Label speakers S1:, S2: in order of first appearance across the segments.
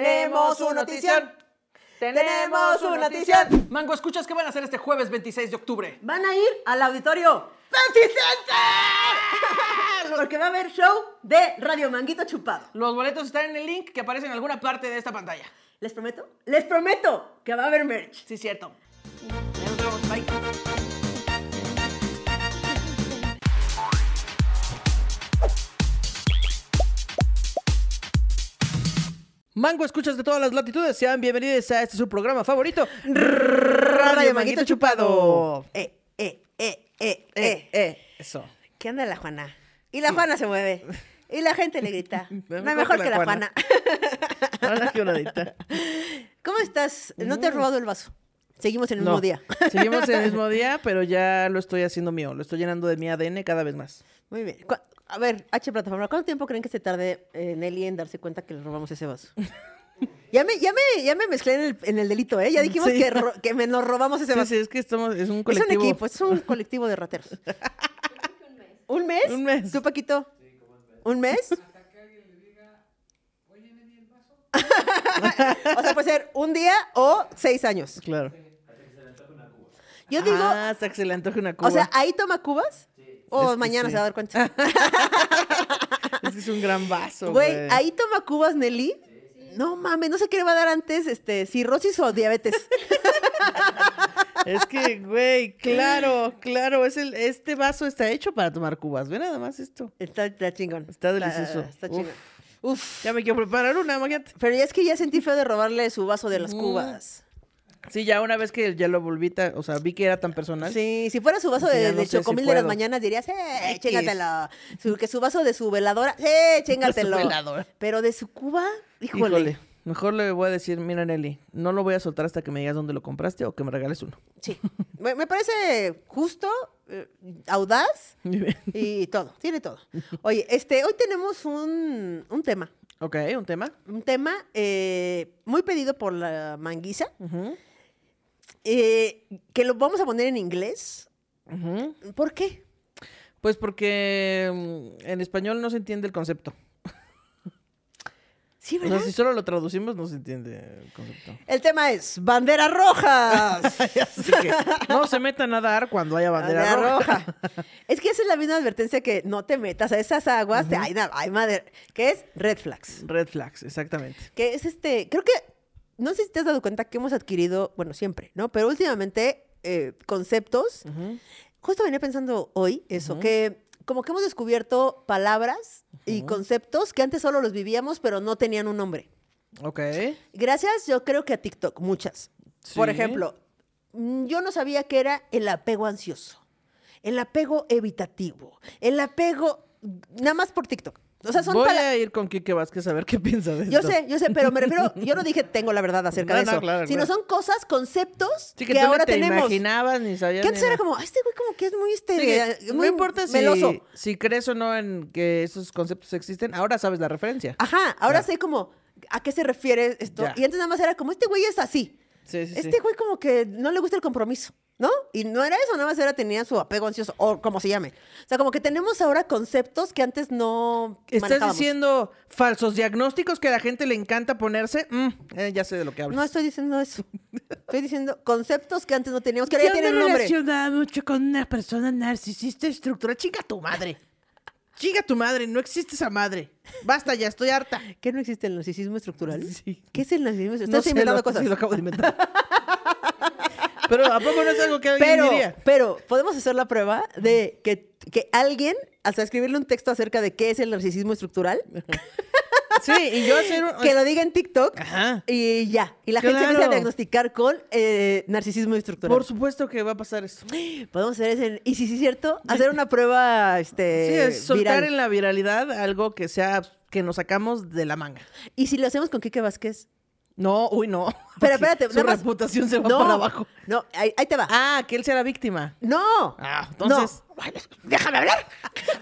S1: Tenemos una notición. Tenemos una notición.
S2: Mango, escuchas qué van a hacer este jueves 26 de octubre.
S1: Van a ir al auditorio Peticente. Porque va a haber show de Radio Manguito Chupado.
S2: Los boletos están en el link que aparece en alguna parte de esta pantalla.
S1: ¿Les prometo? Les prometo que va a haber merch.
S2: Sí, cierto. Nos vemos, bye. Mango, escuchas de todas las latitudes. Sean bienvenidos a este su programa favorito.
S1: Radio
S2: Manguito Chupado.
S1: Eh, eh, eh, eh, eh, eh.
S2: Eso.
S1: ¿Qué onda la Juana? Y la Juana se mueve. Y la gente le grita.
S2: Me
S1: No,
S2: mejor
S1: mejor que la Juana.
S2: Ahora que una adicta.
S1: ¿Cómo estás? No te has robado el vaso. Seguimos en el mismo día.
S2: Seguimos el mismo día, pero ya lo estoy haciendo mío. Lo estoy llenando de mi ADN cada vez más.
S1: Muy bien. Cu- A ver, H plataforma, ¿cuánto tiempo creen que se tarde eh, Nelly en darse cuenta que le robamos ese vaso? ya, me, ya, me, ya me mezclé en el, en el delito, ¿eh? Ya dijimos
S2: Sí.
S1: que, ro- que me- nos robamos ese
S2: Sí,
S1: vaso.
S2: sí, es que estamos, es
S1: es
S2: un
S1: un
S2: colectivo.
S1: equipo, es un colectivo de rateros. ¿Un mes?
S2: Un mes.
S1: ¿Tú, Paquito? ¿Un mes? o sea, puede ser un día o seis años.
S2: Claro.
S1: Yo digo,
S2: Ah, hasta que se le antoje una cuba.
S1: o sea, ¿ahí toma cubas?
S2: Es
S1: O
S2: que
S1: mañana
S2: sí.
S1: se va a dar cuenta.
S2: es que es un gran vaso,
S1: Güey, ahí toma cubas, Nelly. No mames, no sé qué le va a dar antes, este, cirrosis o diabetes.
S2: Es que, güey, claro, claro. Es el, este vaso está hecho para tomar cubas. Ve nada más esto.
S1: está, está chingón.
S2: Está delicioso.
S1: Está,
S2: Uf.
S1: chingón. Uf.
S2: Ya me quiero preparar una, imagínate.
S1: Pero ya es que ya sentí feo de robarle su vaso de las
S2: Mm.
S1: cubas.
S2: Sí, ya una vez que ya lo volví, ta- o sea, vi que era tan personal.
S1: Sí, si fuera su vaso
S2: Sí,
S1: de,
S2: ya
S1: de
S2: no sé si
S1: chocomil de las
S2: puedo.
S1: mañanas dirías, eh,
S2: X.
S1: chéngatelo. Su- que su vaso de su veladora, eh, chéngatelo.
S2: veladora.
S1: Pero de su cuba, híjole.
S2: ¿eh? Híjole. Mejor le voy a decir, mira, Nelly, no lo voy a soltar hasta que me digas dónde lo compraste o que me regales uno.
S1: Sí. Me, me parece justo, eh, audaz
S2: Muy bien.
S1: y todo, tiene todo. Oye, este, hoy tenemos un, un tema.
S2: Ok, un tema.
S1: un tema eh, muy pedido por la manguisa,
S2: Ujú,
S1: eh, que lo vamos a poner en inglés.
S2: ujú.
S1: ¿Por qué?
S2: Pues porque mm, en español no se entiende el concepto.
S1: Sí,
S2: O
S1: ¿verdad?
S2: sea, si solo lo traducimos, no se entiende el concepto.
S1: El tema es banderas rojas.
S2: Así que no se metan a dar cuando haya bandera, roja.
S1: es que esa es la misma advertencia que no te metas a esas aguas. de- ay, na- ay, madre. Que es red flags.
S2: Red flags, exactamente.
S1: Que es este. Creo que. No sé si te has dado cuenta que hemos adquirido, bueno, siempre, ¿no? Pero últimamente, eh, conceptos
S2: Ujú,
S1: Justo venía pensando hoy eso, que como que hemos descubierto palabras y conceptos que antes solo los vivíamos, pero no tenían un nombre.
S2: Ok.
S1: Gracias, yo creo que a TikTok, muchas. Por
S2: Sí.
S1: ejemplo, mm, yo no sabía que era el apego ansioso, el apego evitativo, el apego nada más por TikTok. O sea, son
S2: Voy
S1: palabras...
S2: a ir con Quique Vázquez a ver qué piensa de
S1: Yo
S2: esto.
S1: sé, yo sé, pero me refiero, yo no dije tengo la verdad acerca
S2: No,
S1: de
S2: no,
S1: eso,
S2: claro,
S1: sino
S2: claro.
S1: son cosas, conceptos
S2: Sí,
S1: que,
S2: que, tú
S1: ahora
S2: ni te
S1: tenemos.
S2: imaginabas ni sabías.
S1: Que antes
S2: ni
S1: era
S2: nada.
S1: como, "Ay, este güey como que es muy, este,
S2: Sí, que
S1: eh,
S2: no
S1: muy
S2: importa si,
S1: meloso.
S2: si crees o no en que esos conceptos existen, ahora sabes la referencia.
S1: Ajá, ahora
S2: Ya.
S1: sé como a qué se refiere esto.
S2: Ya.
S1: Y antes nada más era como, este güey es así.
S2: Sí, sí, sí.
S1: Este güey como que no le gusta el compromiso, ¿no? Y no era eso, nada más era tenía su apego ansioso, o como se llame. O sea, como que tenemos ahora conceptos que antes no
S2: ¿Estás
S1: manejábamos.
S2: diciendo falsos diagnósticos que a la gente le encanta ponerse? Mm, eh, ya sé de lo que hablas.
S1: No estoy diciendo eso. Estoy diciendo conceptos que antes no teníamos, que ahora ya tienen nombre.
S2: relacionada mucho con una persona narcisista estructural. Chica tu madre. Chica tu madre, no existe esa madre. Basta ya, estoy harta.
S1: ¿Qué no existe el narcisismo estructural?
S2: Sí.
S1: ¿Qué es el narcisismo estructural?
S2: No
S1: Estás
S2: sé,
S1: inventando
S2: lo-
S1: cosas.
S2: sí, lo acabo de inventar. Pero ¿a poco no es algo que alguien
S1: Pero,
S2: diría?
S1: pero podemos hacer la prueba de que, que alguien, hasta escribirle un texto acerca de qué es el narcisismo estructural,
S2: Sí, y yo hacer un...
S1: que lo diga en TikTok
S2: Ajá.
S1: y ya. Y la gente se
S2: Claro.
S1: empieza a diagnosticar con eh, narcisismo estructural.
S2: Por supuesto que va a pasar eso. Sí,
S1: Podemos hacer eso. en- Y si sí es cierto, hacer una prueba este,
S2: es soltar
S1: viral.
S2: en la viralidad algo que sea que nos sacamos de la manga.
S1: Y si lo hacemos con Quique Vázquez.
S2: No, uy, no.
S1: Pero
S2: Porque
S1: espérate,
S2: su
S1: nada más-
S2: reputación se va
S1: no,
S2: para abajo.
S1: No, ahí, ahí te va.
S2: Ah, que él sea la víctima.
S1: No.
S2: Ah, entonces.
S1: No. Déjame hablar.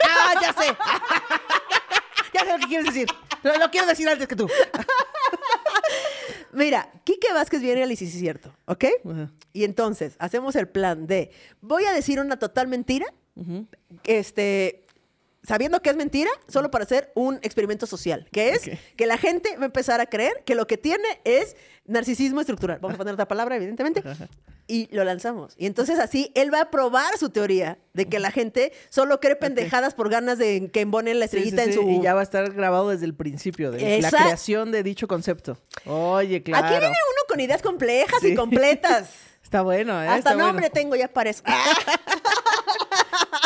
S2: Ah, ya sé. ya sé lo que quieres decir. Lo, lo quiero decir antes que tú.
S1: Mira, Quique Vázquez viene al y si sí es cierto, ¿ok? Y entonces hacemos el plan de voy a decir una total mentira, este, sabiendo que es mentira, solo para hacer un experimento social, que es
S2: Ok.
S1: que la gente va a empezar a creer que lo que tiene es narcisismo estructural. Vamos a poner otra palabra, evidentemente. Y lo lanzamos. Y entonces así él va a probar su teoría de que la gente solo cree pendejadas por ganas de que embonen la
S2: Sí, sí,
S1: estrellita
S2: sí,
S1: en su...
S2: Y ya va a estar grabado desde el principio de la
S1: Esa-
S2: creación de dicho concepto. Oye, claro.
S1: Aquí viene uno con ideas complejas y
S2: Sí.
S1: completas.
S2: Está bueno, ¿eh?
S1: Hasta
S2: está
S1: nombre
S2: bueno.
S1: tengo, ya parezco.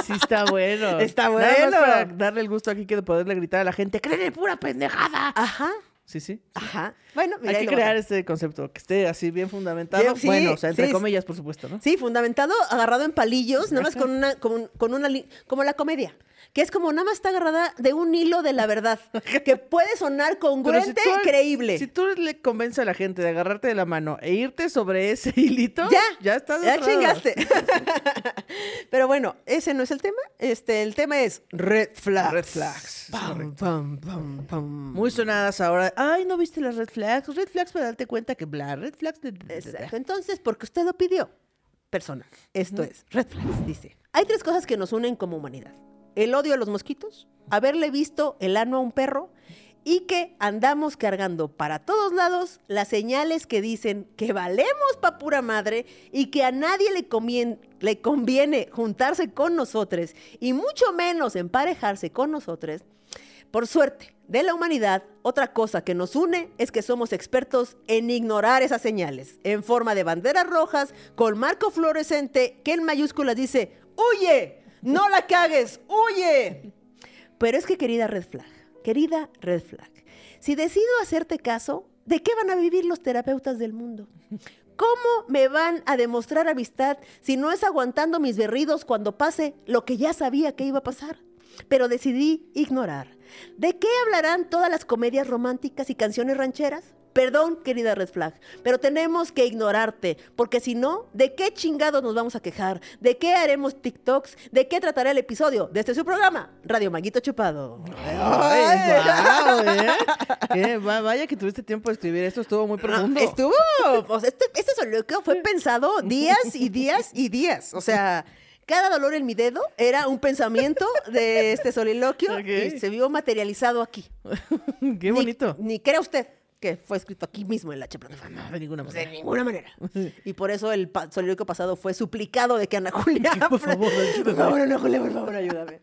S2: Sí, está bueno.
S1: Está
S2: Nada más
S1: bueno.
S2: para darle el gusto aquí que de poderle gritar a la gente, ¡creen en pura pendejada!
S1: Ajá,
S2: Sí, sí.
S1: ajá. Bueno, mira, ahí
S2: Hay que
S1: lo
S2: crear
S1: bajé.
S2: este concepto, que esté así bien fundamentado.
S1: Bien, sí,
S2: bueno, o sea, entre
S1: sí,
S2: comillas, por supuesto, ¿no?
S1: Sí, fundamentado, agarrado en palillos, nada más
S2: Ajá.
S1: con una, con, con una li- como la comedia, que es como nada más está agarrada de un hilo de la verdad, que puede sonar
S2: Pero
S1: congruente
S2: tú-
S1: y creíble.
S2: Si tú le convences a la gente de agarrarte de la mano e irte sobre ese hilito,
S1: ya,
S2: ya estás.
S1: ya
S2: del otro lado.
S1: chingaste. Pero bueno, ese no es el tema. Este, el tema es red flags.
S2: Red flags, es
S1: Pam, pam, pam, pam.
S2: Muy sonadas ahora. Ay, ¿no viste las red flags? Red flags para darte cuenta que bla, red flags. bla, bla, bla, bla.
S1: Exacto. Entonces, porque usted lo pidió, persona. Esto es, Red Flags dice. Hay tres cosas que nos unen como humanidad. El odio a los mosquitos, haberle visto el ano a un perro y que andamos cargando para todos lados las señales que dicen que valemos pa' pura madre y que a nadie le, comien- le conviene juntarse con nosotros y mucho menos emparejarse con nosotros. Por suerte de la humanidad, otra cosa que nos une es que somos expertos en ignorar esas señales, en forma de banderas rojas, con marco fluorescente que en mayúsculas dice, ¡Huye! ¡No la cagues! ¡Huye! Pero es que querida Red Flag, querida Red Flag, si decido hacerte caso, ¿de qué van a vivir los terapeutas del mundo? ¿Cómo me van a demostrar amistad si no es aguantando mis berridos cuando pase lo que ya sabía que iba a pasar? Pero decidí ignorar. ¿De qué hablarán todas las comedias románticas y canciones rancheras? Perdón, querida Red Flag, pero tenemos que ignorarte, porque si no, ¿de qué chingados nos vamos a quejar? ¿De qué haremos TikToks? ¿De qué tratará el episodio de este su programa? Radio Manguito Chupado.
S2: Ay,
S1: Ay.
S2: guau, ¿eh? Qué va- Vaya que tuviste tiempo de escribir esto, estuvo muy
S1: No,
S2: profundo.
S1: Ah, estuvo. o sea, este, este soliloquio fue pensado días y días y días. O sea, cada dolor en mi dedo era un pensamiento de este soliloquio
S2: Ok.
S1: y se vio materializado aquí.
S2: Qué bonito.
S1: Ni, ni crea usted que fue escrito aquí mismo en la H plataforma.
S2: No, de ninguna
S1: De
S2: manera.
S1: ninguna manera. Y por eso el pa- soliloquio pasado fue suplicado de que Ana Julia.
S2: Por favor, ayúdame.
S1: Por favor, Ana Julia, por favor, ayúdame.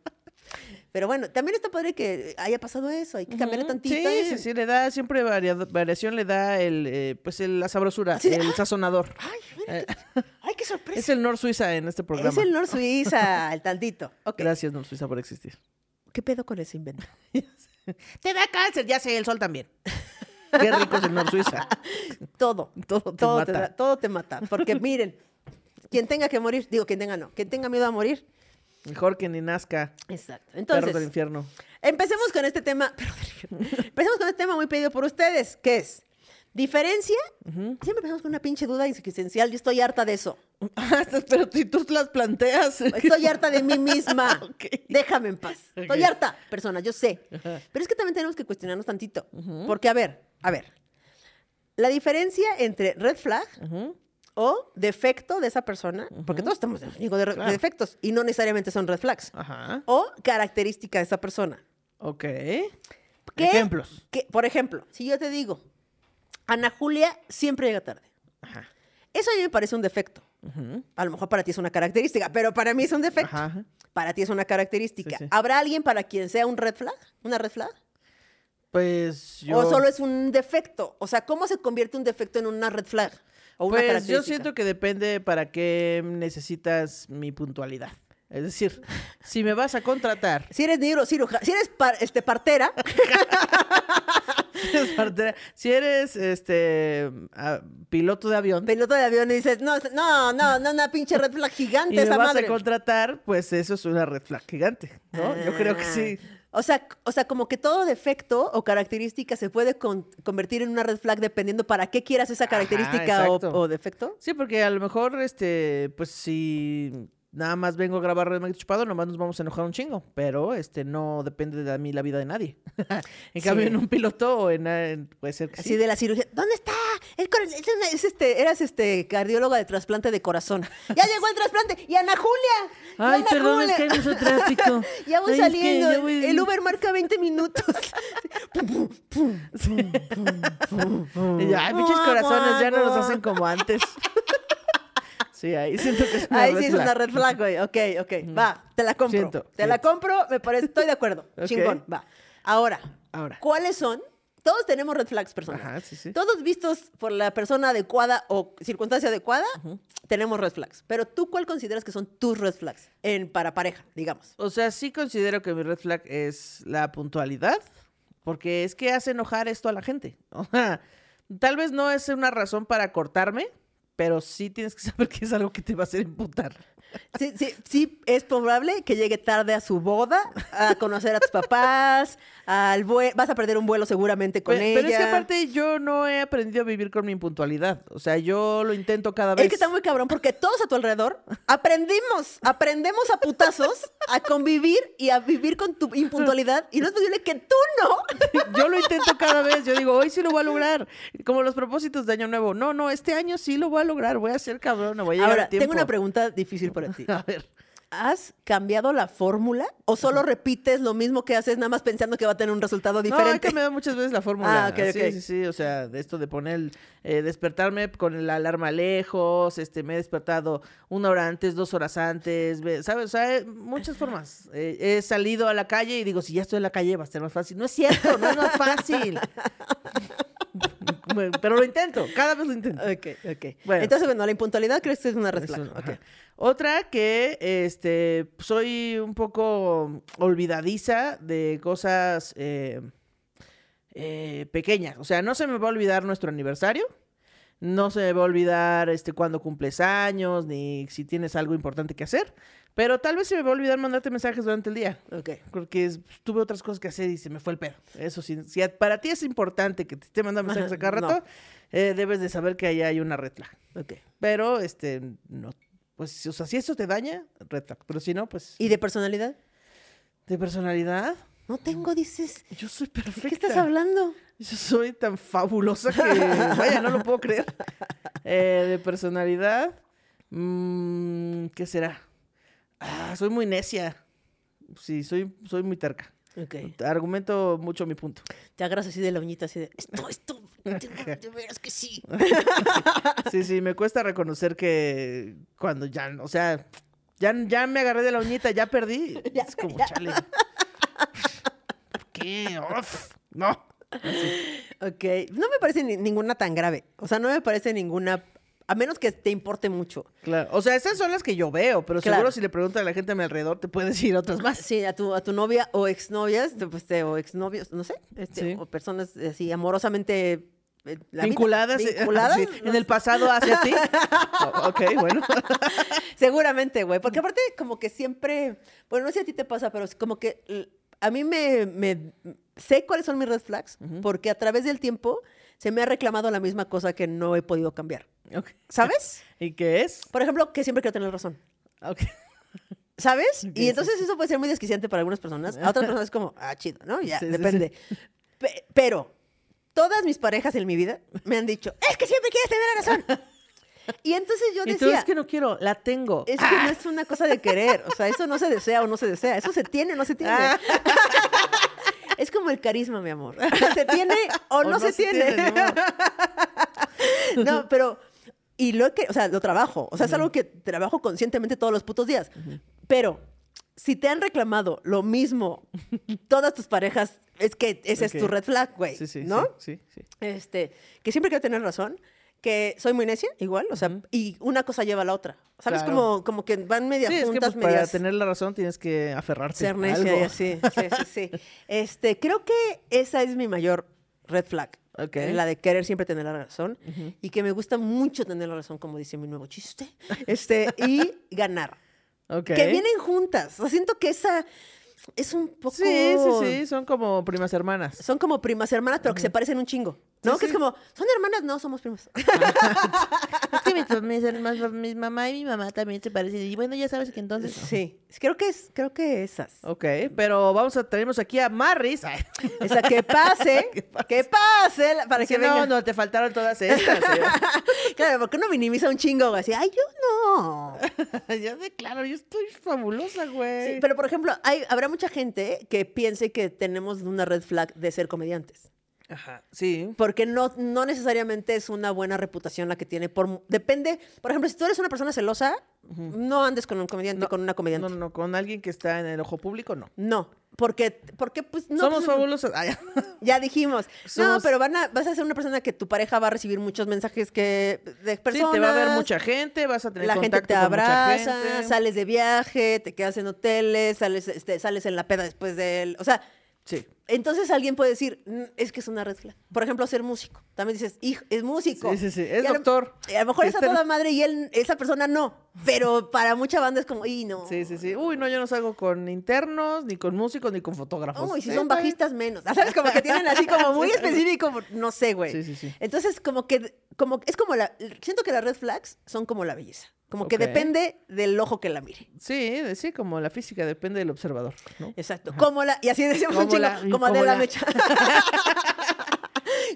S1: Pero bueno, también está padre que haya pasado eso. Hay que cambiarle tantito.
S2: Sí,
S1: ¿eh?
S2: sí, sí, le da siempre variado- variación, le da el, eh, pues el- la sabrosura,
S1: Sí,
S2: el sazonador.
S1: Ay, mira, qué- ay, qué sorpresa.
S2: Eh, Es el Nor Suiza en este programa.
S1: Es el Nor Suiza, el tantito. Ok.
S2: Gracias, Nor Suiza, por existir.
S1: ¿Qué pedo con ese invento?
S2: Te da cáncer, ya sé, el sol también. Qué rico es el Nor Suiza.
S1: Todo.
S2: Todo te
S1: todo, te
S2: mata.
S1: da- todo te mata. Porque miren, quien tenga que morir, digo, quien tenga no, quien tenga miedo a morir.
S2: Mejor que ni nazca.
S1: Exacto.
S2: Perros del
S1: Entonces,
S2: infierno.
S1: empecemos con este tema. perro del infierno. empecemos con este tema muy pedido por ustedes, que es diferencia. Siempre empezamos con una pinche duda existencial. Yo estoy harta de eso. ah,
S2: Pero si tú las planteas.
S1: Estoy harta de mí misma.
S2: Ok.
S1: Déjame en paz. Estoy
S2: Ok.
S1: harta, persona, yo sé. Pero es que también tenemos que cuestionarnos tantito. Porque, a ver, a ver. La diferencia entre red flag o defecto de esa persona, porque todos estamos en riesgo de, re- de
S2: Claro.
S1: defectos y no necesariamente son red flags,
S2: Ajá.
S1: o característica de esa persona.
S2: Ok.
S1: ¿Qué?
S2: Ejemplos.
S1: Que, por ejemplo, si yo te digo, Ana Julia siempre llega tarde.
S2: Ajá.
S1: Eso a mí me parece un defecto.
S2: Ujú.
S1: A lo mejor para ti es una característica, pero para mí es un defecto.
S2: Ajá.
S1: Para ti es una característica.
S2: Sí, sí.
S1: ¿Habrá alguien para quien sea un red flag? ¿Una red flag?
S2: Pues yo.
S1: ¿O solo es un defecto? O sea, ¿cómo se convierte un defecto en una red flag? ¿O una
S2: Pues yo
S1: característica?
S2: siento que depende para qué necesitas mi puntualidad. Es decir, si me vas a contratar,
S1: Si eres neurocirujano, si eres par- este, partera,
S2: si eres partera- si eres este ah, piloto de avión
S1: pelota de avión y dices, no, no, no, no, una pinche red flag
S2: y
S1: gigante
S2: me
S1: esa
S2: vas
S1: madre.
S2: a contratar, pues eso es una red flag gigante, ¿no? Yo creo que sí.
S1: Ah. O sea, c- o sea, como que todo defecto o característica se puede con- convertir en una red flag dependiendo para qué quieras esa
S2: Ajá,
S1: característica o,
S2: exacto.
S1: o defecto.
S2: Sí, porque a lo mejor, este, pues si Nada más vengo a grabar Red Magneto Chupado, nomás nos vamos a enojar un chingo. Pero este no depende de mí la vida de nadie. en cambio,
S1: Sí.
S2: en un piloto o en, en- puede ser que
S1: Así
S2: sí.
S1: de la cirugía. ¿Dónde está? El cor- es una- es este, eras este cardióloga de trasplante de corazón. Ya llegó el trasplante. Y Ana Julia. ¡Y
S3: Ay,
S1: Ana
S3: perdón, es que hay
S1: Julia!
S3: mucho tráfico.
S1: Ya voy
S3: Ay, es que
S1: saliendo.
S3: ya voy-
S1: El Uber marca 20 minutos.
S2: Y yo, Ay, pinches corazones, ya no los hacen como antes. sí, ahí siento que es una
S1: Ahí
S2: red
S1: sí es una
S2: flag. Mm.
S1: red flag, güey. Ok, ok. Va, te la compro.
S2: Siento,
S1: te la
S2: siento.
S1: compro, me parece, estoy de acuerdo.
S2: Ok.
S1: Chingón, va. Ahora,
S2: Ahora.
S1: ¿cuáles son? Todos tenemos red flags personales.
S2: Ajá, sí, sí.
S1: Todos vistos por la persona adecuada o circunstancia adecuada, tenemos red flags. Pero tú, ¿cuál consideras que son tus red flags en, para pareja, digamos?
S2: O sea, sí considero que mi red flag es la puntualidad, porque es que hace enojar esto a la gente. O sea, tal vez no es una razón para cortarme, pero sí tienes que saber que es algo que te va a hacer emputar.
S1: Sí, sí, sí, es probable que llegue tarde a su boda, a conocer a tus papás, al vue- vas a perder un vuelo seguramente con
S2: Pe-
S1: ella.
S2: pero, es que aparte yo no he aprendido a vivir con mi impuntualidad. O sea, yo lo intento cada vez.
S1: Es que está muy cabrón porque todos a tu alrededor aprendimos, aprendemos a putazos a convivir y a vivir con tu impuntualidad y no es posible que tú no.
S2: Yo lo intento cada vez. Yo digo, hoy sí lo voy a lograr. Como los propósitos de año nuevo. No, no, este año sí lo voy a lograr. Voy a ser cabrona, voy a llegar
S1: Ahora,
S2: a tiempo.
S1: tengo una pregunta difícil para ti.
S2: A ver.
S1: ¿Has cambiado la fórmula o solo repites lo mismo que haces nada más pensando que va a tener un resultado
S2: No, he
S1: diferente?
S2: cambiado muchas veces la fórmula.
S1: Ah, ok,
S2: sí,
S1: ok.
S2: sí, sí. O sea, de esto de poner, el, eh, despertarme con la alarma lejos, este, me he despertado una hora antes, dos horas antes, ve- ¿sabes? O sea, eh, muchas formas. Eh, he salido a la calle y digo, si ya estoy en la calle va a ser más fácil. No es cierto, no es más fácil. Bueno, Pero lo intento, cada vez lo intento.
S1: Ok, ok.
S2: Bueno.
S1: Entonces, bueno, la impuntualidad crees que es una red
S2: Es
S1: flag.
S2: un-
S1: Ok.
S2: ajá. Otra que este soy un poco olvidadiza de cosas eh, eh, pequeñas. O sea, no se me va a olvidar nuestro aniversario. No se me va a olvidar este cuando cumples años, ni si tienes algo importante que hacer. Pero tal vez se me va a olvidar mandarte mensajes durante el día.
S1: Ok.
S2: Porque es- pues, tuve otras cosas que hacer y se me fue el pedo. Eso sí, si a- para ti es importante que te esté mandando mensajes a cada
S1: No.
S2: rato, eh, debes de saber que ahí hay una red flag.
S1: Ok.
S2: Pero, este, no. Pues, o sea, si eso te daña, red flag. Pero si no, pues.
S1: ¿Y de personalidad?
S2: De personalidad,
S1: No tengo, dices.
S2: yo soy
S1: ¿De
S2: perfecta.
S1: qué estás hablando?
S2: Yo soy tan fabulosa que. Vaya, no lo puedo creer. Eh, de personalidad. mm, ¿Qué será? Ah, soy muy necia. Sí, soy, soy muy terca.
S1: Ok.
S2: Argumento mucho mi punto.
S1: Te agarras así de la uñita, así de. Esto, esto. De de veras que sí.
S2: Sí, sí, me cuesta reconocer que cuando ya, o sea, ya, ya me agarré de la uñita, ya perdí. es como, chale. ¿Por qué? Uf, no.
S1: Ok, no me parece ni- ninguna tan grave. O sea, no me parece ninguna, a menos que te importe mucho.
S2: Claro. O sea, esas son las que yo veo, pero
S1: Claro.
S2: seguro si le preguntan a la gente a mi alrededor, te pueden decir otras más.
S1: Ah, Sí, a tu, a tu novia o exnovias, te- pues, te- o exnovios, no sé, este,
S2: Sí.
S1: o personas así amorosamente eh, la vida-
S2: Vinculadas, eh,
S1: vinculadas,
S2: sí,
S1: no
S2: en el pasado hacia ti. O- ok, bueno.
S1: Seguramente, güey. Porque aparte, como que siempre. Bueno, no sé si a ti te pasa, pero es como que l- a mí me. me- sé cuáles son mis red flags, porque a través del tiempo se me ha reclamado la misma cosa que no he podido cambiar.
S2: Ok.
S1: ¿Sabes?
S2: ¿Y qué es?
S1: Por ejemplo, que siempre quiero tener razón.
S2: Ok.
S1: ¿Sabes?
S2: Ok,
S1: y entonces eso puede ser muy desquiciante para algunas personas. A otras personas es como, ah, chido, ¿no? Ya,
S2: Sí, sí,
S1: depende. Pe- pero todas mis parejas en mi vida me han dicho, es que siempre quieres tener la razón. Y entonces yo
S2: Y
S1: decía,
S2: tú es que no quiero, la tengo.
S1: no es una cosa de querer. O sea, eso no se desea o no se desea. Eso se tiene o no se tiene.
S2: Ah.
S1: Es como el carisma, mi amor. Se tiene o, no, se, tiene.
S2: mi amor.
S1: No, pero. Y lo que. O sea, lo trabajo. O sea, es algo que trabajo conscientemente todos los putos días. Pero. Si te han reclamado lo mismo todas tus parejas, es que ese es tu
S2: Ok.
S1: red flag, güey.
S2: Sí, sí,
S1: ¿No?
S2: sí, sí, sí.
S1: Este, que siempre quiero tener razón, que soy muy necia, igual, o sea, y una cosa lleva a la otra. ¿Sabes?
S2: Claro.
S1: Como, como que van media
S2: Sí, es que
S1: juntas,
S2: pues, para
S1: medias-
S2: tener la razón tienes que aferrarte
S1: ser
S2: a
S1: necia
S2: algo.
S1: y así. Sí, sí, sí. Este, creo que esa es mi mayor red flag.
S2: Ok.
S1: La de querer siempre tener la razón y que me gusta mucho tener la razón, como dice mi nuevo chiste, este, y ganar.
S2: Ok.
S1: Que vienen juntas. O sea, siento que esa es un poco...
S2: Sí, sí, sí, son como primas hermanas.
S1: Son como primas hermanas, pero que se parecen un chingo. ¿No?
S2: Sí,
S1: que
S2: sí.
S1: es como, ¿son hermanas? No, somos primas.
S3: Es que mis, mis hermanas- mi mamá y mi mamá también se parecen. Y bueno, ya sabes que entonces.
S1: Sí. Creo que es, creo que esas.
S2: Ok, pero vamos a traernos aquí a Marris. Ay,
S1: Esa que pase,
S2: Que pase.
S1: que pase, la- para
S2: sí,
S1: que
S2: no,
S1: venga.
S2: no, te faltaron todas estas. ¿eh?
S1: Claro, porque uno minimiza un chingo así, ay, yo no.
S2: ya sé, claro, yo estoy fabulosa, güey.
S1: Sí, pero por ejemplo, hay, habrá mucha gente que piense que tenemos una red flag de ser comediantes.
S2: Ajá, sí.
S1: Porque no, no necesariamente es una buena reputación la que tiene. Por, depende, por ejemplo, si tú eres una persona celosa, no andes con un comediante,
S2: No,
S1: con una comediante.
S2: No, no,
S1: No,
S2: no, con alguien que está en el ojo público, no.
S1: porque, porque pues no.
S2: Somos
S1: pues,
S2: fabulosas. Ay,
S1: Ya dijimos. No,
S2: Somos-
S1: pero van a, vas a ser una persona que tu pareja va a recibir muchos mensajes que de personas.
S2: sí, te va a ver mucha gente, vas a tener
S1: La gente
S2: contacto
S1: te
S2: con
S1: abraza,
S2: mucha gente.
S1: sales de viaje, te quedas en hoteles, sales, este, sales en la peda después de él. O sea,
S2: Sí.
S1: entonces alguien puede decir, "Mm, es que es una red flag. Por ejemplo, ser músico. También dices, hijo, es músico.
S2: Sí, sí, sí, es
S1: Y a lo-
S2: doctor.
S1: y Eh, A lo mejor es a
S2: Este-
S1: toda madre y él, esa persona no. Pero para mucha banda es como, y no.
S2: Sí, sí, sí. Uy, no, yo no salgo con internos, ni con músicos, ni con fotógrafos.
S1: Uy, si
S2: Eh,
S1: son
S2: está bien.
S1: bajistas menos. Ah, ¿Sabes? Como que tienen así como muy específico, no sé, güey.
S2: Sí, sí, sí.
S1: Entonces, como que, como, es como la, siento que las red flags son como la belleza. Como
S2: Ok.
S1: que depende del ojo que la mire.
S2: Sí, de- sí, como la física depende del observador, ¿no?
S1: Exacto. Como la, y así decíamos un
S2: Como
S1: chingo,
S2: la- y
S1: como
S2: como
S1: de la
S2: la-
S1: mecha.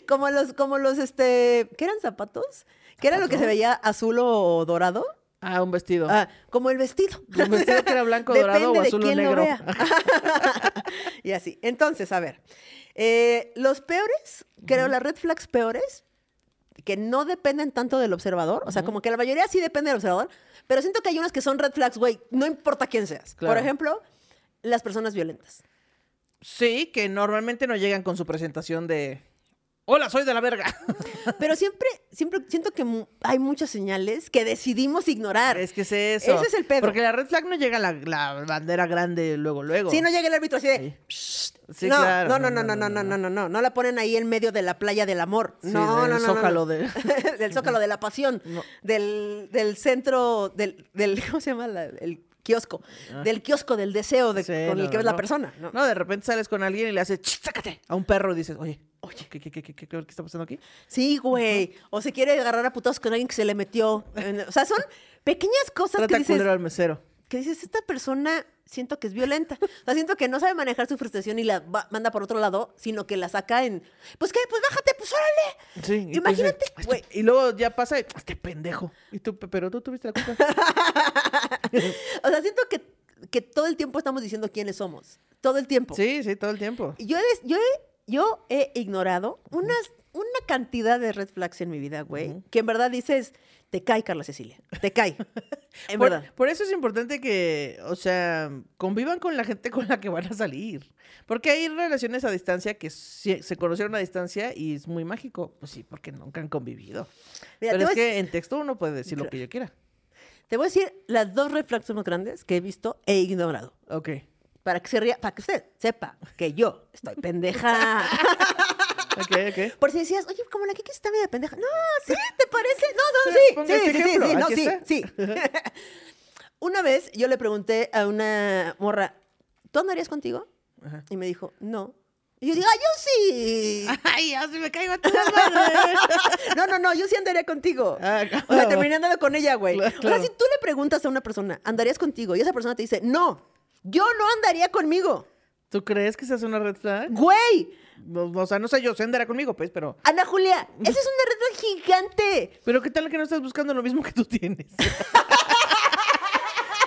S1: como los, como los, este, ¿qué eran zapatos? ¿Qué era lo que se
S2: ¿Zapatos?
S1: veía azul o dorado?
S2: Ah, un vestido.
S1: Ah, como el vestido.
S2: Un vestido que era blanco, dorado o
S1: Depende de
S2: azul o
S1: quién lo
S2: negro.
S1: vea. y así. Entonces, a ver. eh, los peores, creo, las red flags peores, que no dependen tanto del observador. O sea, como que la mayoría sí depende del observador. Pero siento que hay unas que son red flags, güey. No importa quién seas. Por
S2: Claro.
S1: ejemplo, las personas violentas.
S2: Sí, que normalmente no llegan con su presentación de Hola, soy de la verga.
S1: Pero siempre, siempre siento que mu- hay muchas señales que decidimos ignorar.
S2: es que es eso.
S1: Ese es el pedo.
S2: Porque la red flag no llega la, la bandera grande luego, luego.
S1: Si no llega el árbitro así de.
S2: Sí,
S1: no,
S2: claro.
S1: no, no, no, no, no, no, no, no, no. No la ponen ahí en medio de la playa del amor.
S2: Sí,
S1: no,
S2: del
S1: no, no, no, no.
S2: zócalo de-
S1: del zócalo de la pasión.
S2: No.
S1: Del, del centro, del, del, ¿cómo se llama? La- el kiosco. Del kiosco del deseo de,
S2: Ah. Sí,
S1: con
S2: no,
S1: el que
S2: no,
S1: ves
S2: no.
S1: la persona. ¿no?
S2: No, de repente sales con alguien y le haces, "Ch, sácate, a un perro y dices, oye, oye, ¿qué, qué, qué, qué, qué, qué está pasando aquí?
S1: Sí, güey. O se quiere agarrar a putados con alguien que se le metió. En- O sea, son pequeñas cosas
S2: Trata
S1: que dices,
S2: culero al mesero.
S1: que dices, esta persona siento que es violenta. O sea, siento que no sabe manejar su frustración y la va- manda por otro lado, sino que la saca en, pues qué, pues bájate, pues órale.
S2: Sí, y tú dices,
S1: Imagínate,
S2: "Ay,
S1: güey.
S2: este- Y luego ya pasa, y, este pendejo. Y tú, "Pe- pero tú tuviste la culpa.
S1: O sea, siento que, que todo el tiempo estamos diciendo quiénes somos. Todo el tiempo.
S2: sí, sí, todo el tiempo.
S1: Yo he, des- yo he, yo he ignorado unas, una cantidad de red flags en mi vida, güey, que en verdad dices, te cae, Carla Cecilia, te cae. en
S2: por,
S1: verdad.
S2: por eso es importante que, o sea, convivan con la gente con la que van a salir. Porque hay relaciones a distancia que sí- se conocieron a distancia y es muy mágico. Pues sí, porque nunca han convivido.
S1: Mira, te
S2: pero es
S1: voy a-
S2: que en texto uno puede decir lo que yo quiera.
S1: Te voy a decir las dos red flags más grandes que he visto e ignorado.
S2: Ok.
S1: Para que, se ría, para que usted sepa que yo estoy pendeja.
S2: Ok, ok.
S1: Por si decías, oye, como la Kiki está medio pendeja. No, sí, ¿te parece? No,
S2: Sí,
S1: no,
S2: ponga
S1: sí. Sí,
S2: este
S1: sí, sí,
S2: ejemplo,
S1: sí, no,
S2: aquí
S1: sí,
S2: está.
S1: sí. Una vez yo le pregunté a una morra, ¿tú andarías contigo?
S2: Ajá.
S1: Y me dijo, no. Y yo digo, ah, yo sí.
S2: Ay, así me caigo a todas madres.
S1: no, no, no, yo sí andaría contigo.
S2: Ah,
S1: O sea,
S2: claro.
S1: terminé andando con ella, güey.
S2: Claro,
S1: O
S2: claro.
S1: sea, si tú le preguntas a una persona, ¿andarías contigo? Y esa persona te dice, no, yo no andaría conmigo.
S2: ¿Tú crees que se hace una red flag?
S1: Güey,
S2: No, o sea, no sé, yo andará conmigo, pues, pero.
S1: Ana Julia, esa es una red flag gigante.
S2: Pero qué tal que no estás buscando lo mismo que tú tienes.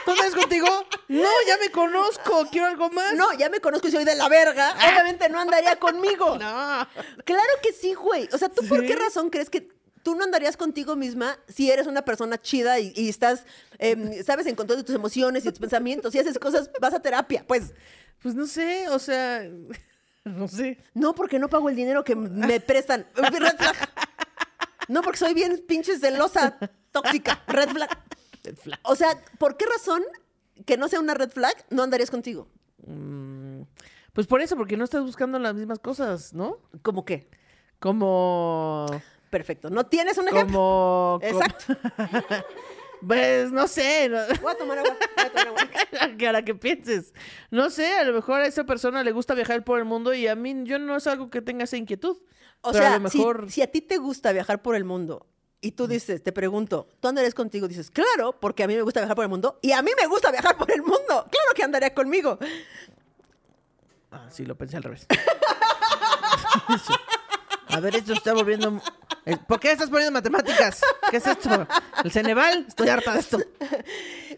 S2: ¿Tú andas contigo? No, ya me conozco, quiero algo más.
S1: No, ya me conozco y soy de la verga. Obviamente no andaría conmigo.
S2: No.
S1: Claro que sí, güey. O sea, ¿tú por qué
S2: Sí.
S1: razón crees que tú no andarías contigo misma si eres una persona chida y, y estás, em, sabes, en control de tus emociones y tus pensamientos y haces cosas, vas a terapia? Pues
S2: Pues no sé, o sea, no sé.
S1: no, porque no pago el dinero que me prestan. Red flag. No, porque soy bien pinche celosa, tóxica. Red flag. O sea, ¿por qué razón que no sea una red flag no andarías contigo?
S2: Mm, Pues por eso, porque no estás buscando las mismas cosas, ¿no?
S1: ¿Cómo qué?
S2: Como.
S1: Perfecto. ¿No tienes un ejemplo?
S2: Como.
S1: Exacto.
S2: Pues no sé. no-
S1: Voy a tomar agua. Voy a tomar agua.
S2: que ahora que pienses. No sé, a lo mejor a esa persona le gusta viajar por el mundo y a mí yo no es algo que tenga esa inquietud.
S1: O
S2: Pero a
S1: sea,
S2: lo
S1: si-
S2: mejor-
S1: si, a ti te gusta viajar por el mundo y tú dices, te pregunto, ¿tú andarías contigo? Dices, claro, porque a mí me gusta viajar por el mundo y a mí me gusta viajar por el mundo. Claro que andaría conmigo.
S2: Ah, sí, lo pensé al revés.
S3: A ver, esto está volviendo.
S2: Eh, ¿Por qué estás poniendo matemáticas? ¿Qué es esto? ¿El Ceneval? Estoy harta de esto.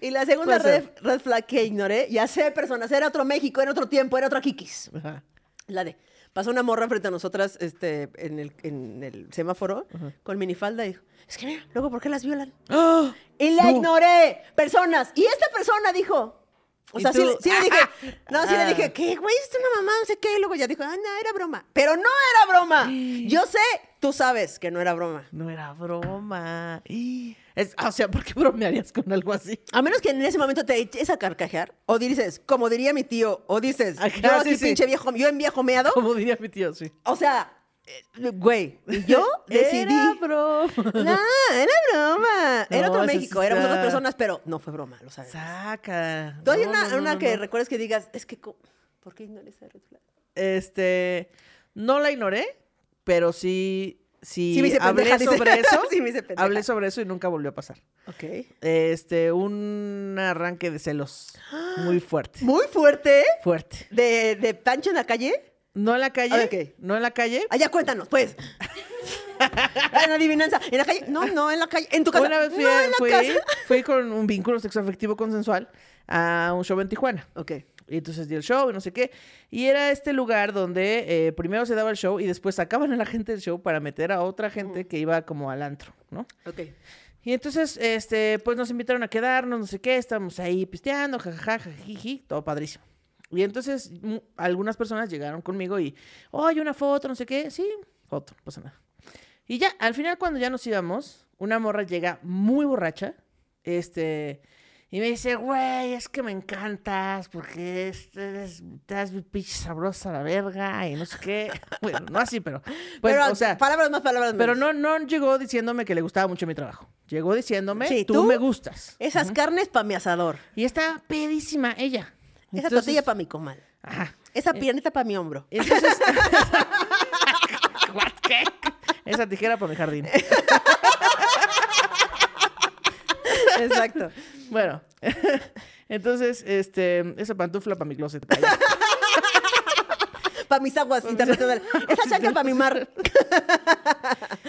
S1: Y la segunda
S2: Puede
S1: red,
S2: ser.
S1: red flag que ignoré, ya sé, personas, era otro México, era otro tiempo, era otra Kikis.
S2: Ajá.
S1: La de, pasó una morra frente a nosotras este, en, el, en el semáforo con minifalda y dijo, es que mira, luego, ¿por qué las violan?
S2: ¡Ah!
S1: Y la
S2: No.
S1: ignoré. Personas. Y esta persona dijo. O
S2: Y
S1: sea, sí,
S2: tú,
S1: le- sí le dije. No, sí le
S2: ah.
S1: dije, ¿qué, güey? Es una mamá, no sé qué. Y luego ya dijo, ah, no, era broma. Pero no era broma. Yo sé, tú sabes que no era broma.
S2: No era broma. Es- ah, o sea, ¿por qué bromearías con algo así?
S1: A menos que en ese momento te eches a carcajear. O dices, como diría mi tío. O dices,
S2: Ajá,
S1: yo aquí
S2: sí, sí.
S1: pinche viejo, yo en viejo meado.
S2: Como diría mi tío, sí.
S1: O sea, eh, güey, yo decidí.
S2: Era broma.
S1: No, era broma. Era
S2: No,
S1: otro
S2: eso sí
S1: México, éramos
S2: está-
S1: otras personas, pero no fue broma, lo sabes.
S2: Saca.
S1: ¿Tú hay
S2: No,
S1: una,
S2: no, no,
S1: una
S2: no,
S1: que
S2: no.
S1: recuerdes que digas, es que, co- ¿por qué ignoré esa red flag?
S2: Este. No la ignoré, pero sí. Sí,
S1: Sí me hice
S2: hablé
S1: pendeja, dice.
S2: sobre eso.
S1: Sí me hice pendeja.
S2: Hablé sobre eso y nunca volvió a pasar.
S1: Ok.
S2: Este, un arranque de celos muy fuerte.
S1: Muy fuerte,
S2: Fuerte.
S1: de, de Pancho en la calle.
S2: No en la calle.
S1: Ok.
S2: No en la calle.
S1: Allá cuéntanos, pues. en la adivinanza. En la calle. No, no, en la calle. En tu casa.
S2: Una vez fui,
S1: no, en la
S2: fui-
S1: casa.
S2: fui con un vínculo sexoafectivo consensual a un show en Tijuana.
S1: Ok.
S2: Y entonces di el show y no sé qué. Y era este lugar donde eh, primero se daba el show y después sacaban a la gente del show para meter a otra
S1: Mm.
S2: gente que iba como al antro, ¿no?
S1: Ok.
S2: Y entonces, este, pues nos invitaron a quedarnos, no sé qué, estábamos ahí pisteando, jajaja, jajiji, todo padrísimo. Y entonces mu- algunas personas llegaron conmigo y, oh, hay una foto, no sé qué, sí, foto, no pasa nada. Y ya, al final cuando ya nos íbamos, una morra llega muy borracha, este, y me dice, güey, es que me encantas porque es- eres- estás bien pinche sabrosa la verga y no sé qué. bueno, no así, pero, pues,
S1: pero,
S2: o sea,
S1: palabras más, palabras menos.
S2: pero no, no llegó diciéndome que le gustaba mucho mi trabajo. Llegó diciéndome,
S1: Sí,
S2: tú,
S1: tú- Eh.
S2: me gustas.
S1: Esas carnes para mi asador.
S2: Y está pedísima ella.
S1: Esa
S2: Entonces- Eh.
S1: tortilla para mi comal.
S2: Ajá.
S1: Esa piernita para mi hombro.
S2: Entonces. ¿What? ¿Qué? Esa tijera para mi jardín.
S1: Exacto.
S2: Bueno. Entonces, este, esa pantufla para mi closet.
S1: Para mis aguas internacionales. Esa chaca para mi mar.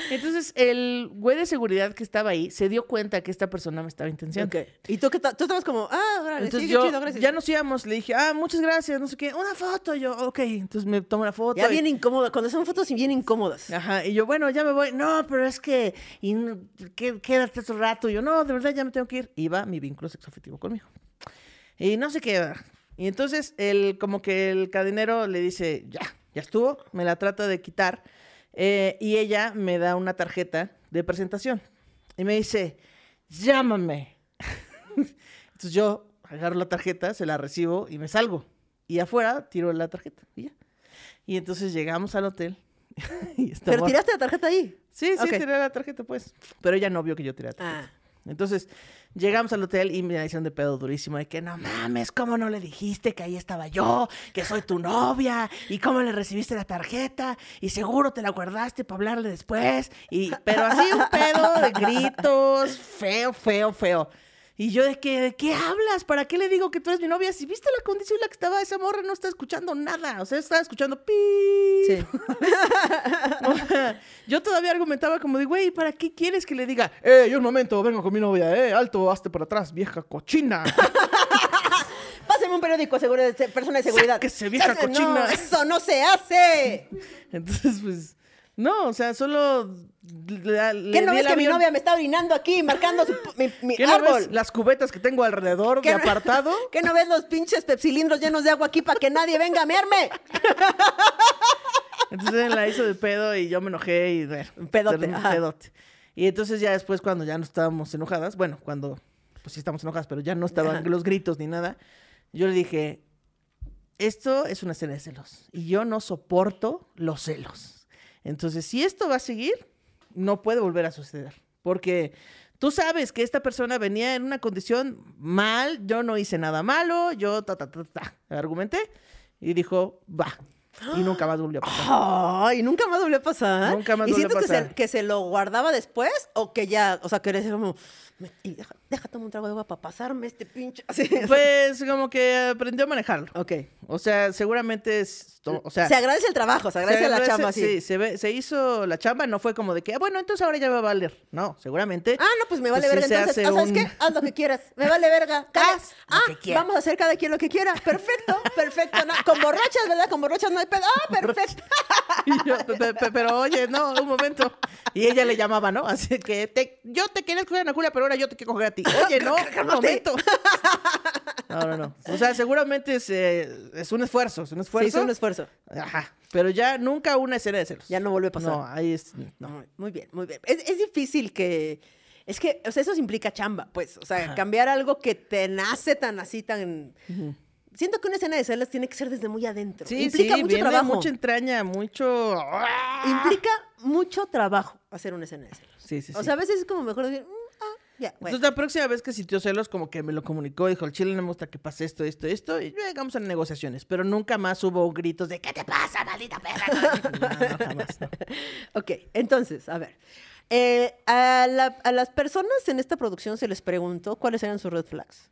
S2: Entonces, el güey de seguridad que estaba ahí se dio cuenta que esta persona me estaba intencionando.
S1: Ok. Y tú, que ta- tú estabas como, ah, órale,
S2: Entonces
S1: sí, qué
S2: yo,
S1: chido, gracias.
S2: ya nos íbamos, le dije, ah, muchas gracias, no sé qué, una foto, yo, ok, entonces me tomo la foto.
S1: Ya
S2: y-
S1: bien incómoda, cuando son fotos bien incómodas.
S2: Ajá, y yo, bueno, ya me voy. No, pero es que, y no- que- quédate otro rato. Y yo, no, de verdad ya me tengo que ir. Iba mi vínculo sexoafectivo conmigo. Y no se queda. Y entonces, el, como que el cadenero le dice, ya, ya estuvo, me la trata de quitar. eh, y ella me da una tarjeta de presentación. Y me dice, llámame. entonces yo agarro la tarjeta, se la recibo y me salgo. Y afuera tiro la tarjeta. Y ya. Y entonces llegamos al hotel. y esta
S1: Pero
S2: morra-
S1: tiraste la tarjeta ahí.
S2: Sí, sí,
S1: Ok.
S2: tiré la tarjeta, pues. Pero ella no vio que yo tiré la tarjeta.
S1: Ah.
S2: Entonces, llegamos al hotel y me hicieron de pedo durísimo. De que no mames, ¿cómo no le dijiste que ahí estaba yo? Que soy tu novia. ¿Y cómo le recibiste la tarjeta? Y seguro te la guardaste para hablarle después. Y, pero así un pedo de gritos, feo, feo, feo. Y yo de que, ¿de qué hablas? ¿Para qué le digo que tú eres mi novia? Si viste la condición en la que estaba esa morra, no está escuchando nada. O sea, estaba escuchando pi.
S1: Sí.
S2: Yo todavía argumentaba como de, güey, ¿para qué quieres que le diga? Eh, yo un momento, vengo con mi novia, eh, alto, hazte para atrás, vieja cochina.
S1: Pásame un periódico, seguro, de se- persona de seguridad.
S2: Sáquese, vieja
S1: Eso no,
S2: cochina.
S1: eso no se hace.
S2: Entonces, pues, no, o sea, solo... la- le
S1: ¿Qué
S2: di
S1: no ves
S2: el
S1: que mi
S2: avión.
S1: novia me está orinando aquí, marcando su pu- mi, mi
S2: ¿Qué no ves
S1: árbol?
S2: las cubetas que tengo alrededor
S1: ¿Qué
S2: de
S1: no-
S2: apartado?
S1: ¿Qué no ves los pinches pepsilindros llenos de agua aquí para que nadie venga a mearme?
S2: Entonces la hizo de pedo y yo me enojé y bueno,
S1: Un pedote,
S2: era un
S1: ajá.
S2: pedote. Y entonces ya después cuando ya no estábamos enojadas, bueno, cuando pues sí estamos enojadas, pero ya no estaban
S1: Ajá.
S2: los gritos ni nada, yo le dije, esto es una escena de celos y yo no soporto los celos. Entonces, si esto va a seguir, no puede volver a suceder, porque tú sabes que esta persona venía en una condición mal, yo no hice nada malo, yo ta ta ta ta, argumenté y dijo, va. Y nunca más volvió a pasar.
S1: Ay, nunca más volvió a pasar.
S2: Nunca más
S1: y
S2: volvió a
S1: siento que
S2: pasar.
S1: se, que se lo guardaba después o que ya, o sea, que eres como, "Me- y deja, deja tomar un trago de agua para pasarme este pinche. Así, o sea,
S2: Pues como que aprendió a manejarlo.
S1: ok.
S2: O sea, seguramente es... to- O sea,
S1: se agradece el trabajo, se agradece, la
S2: agradece-
S1: chamba, sí.
S2: Sí, se, ve- se hizo la chamba, no fue como de que, "Ah, bueno, entonces ahora ya va a valer. No, seguramente.
S1: Ah, no, pues me vale
S2: Pues sí se
S1: verga. Entonces,
S2: hace
S1: ah, ¿sabes
S2: un-
S1: qué? Haz lo que quieras. Me vale verga. Cada-
S2: Haz
S1: ah, vamos a hacer cada quien lo que quiera. Perfecto, perfecto. no, Con borrachas, ¿verdad? Con borrachas no hay pedo. Ah, perfecto.
S2: Y yo, "Pe- pe- pe- pero oye, no, un momento. Y ella le llamaba, ¿no? Así que te- yo te quería escoger a Nakula, pero ahora yo te quiero coger a ti. Oye, no, un momento. No, no, no. O sea, seguramente es, eh, es un esfuerzo, es un
S1: Sí,
S2: esfuerzo.
S1: hizo un esfuerzo.
S2: Ajá. Pero ya nunca una escena de celos.
S1: Ya no vuelve a pasar.
S2: No, ahí es.
S1: No, muy bien, muy bien. Es, es difícil que... Es que, o sea, eso implica chamba, pues. O sea,
S2: Ajá.
S1: cambiar algo que te nace tan así, tan... Siento que una escena de celos tiene que ser desde muy adentro.
S2: Sí,
S1: implica
S2: sí,
S1: mucho ¡Ah!
S2: viene
S1: trabajo.
S2: mucha entraña, mucho.
S1: Implica mucho trabajo hacer una escena de celos.
S2: Sí, sí, sí.
S1: O sea, a veces es como mejor decir, "Mm, ah, ya, bueno".
S2: Entonces, la próxima vez que sintió celos, como que me lo comunicó, dijo, el chile no me gusta que pase esto, esto, esto, y llegamos a negociaciones. Pero nunca más hubo gritos de, ¿qué te pasa, maldita perra? No, no, jamás, no.
S1: Ok, entonces, a ver. Eh, a, la- a las personas en esta producción se les preguntó cuáles eran sus red flags.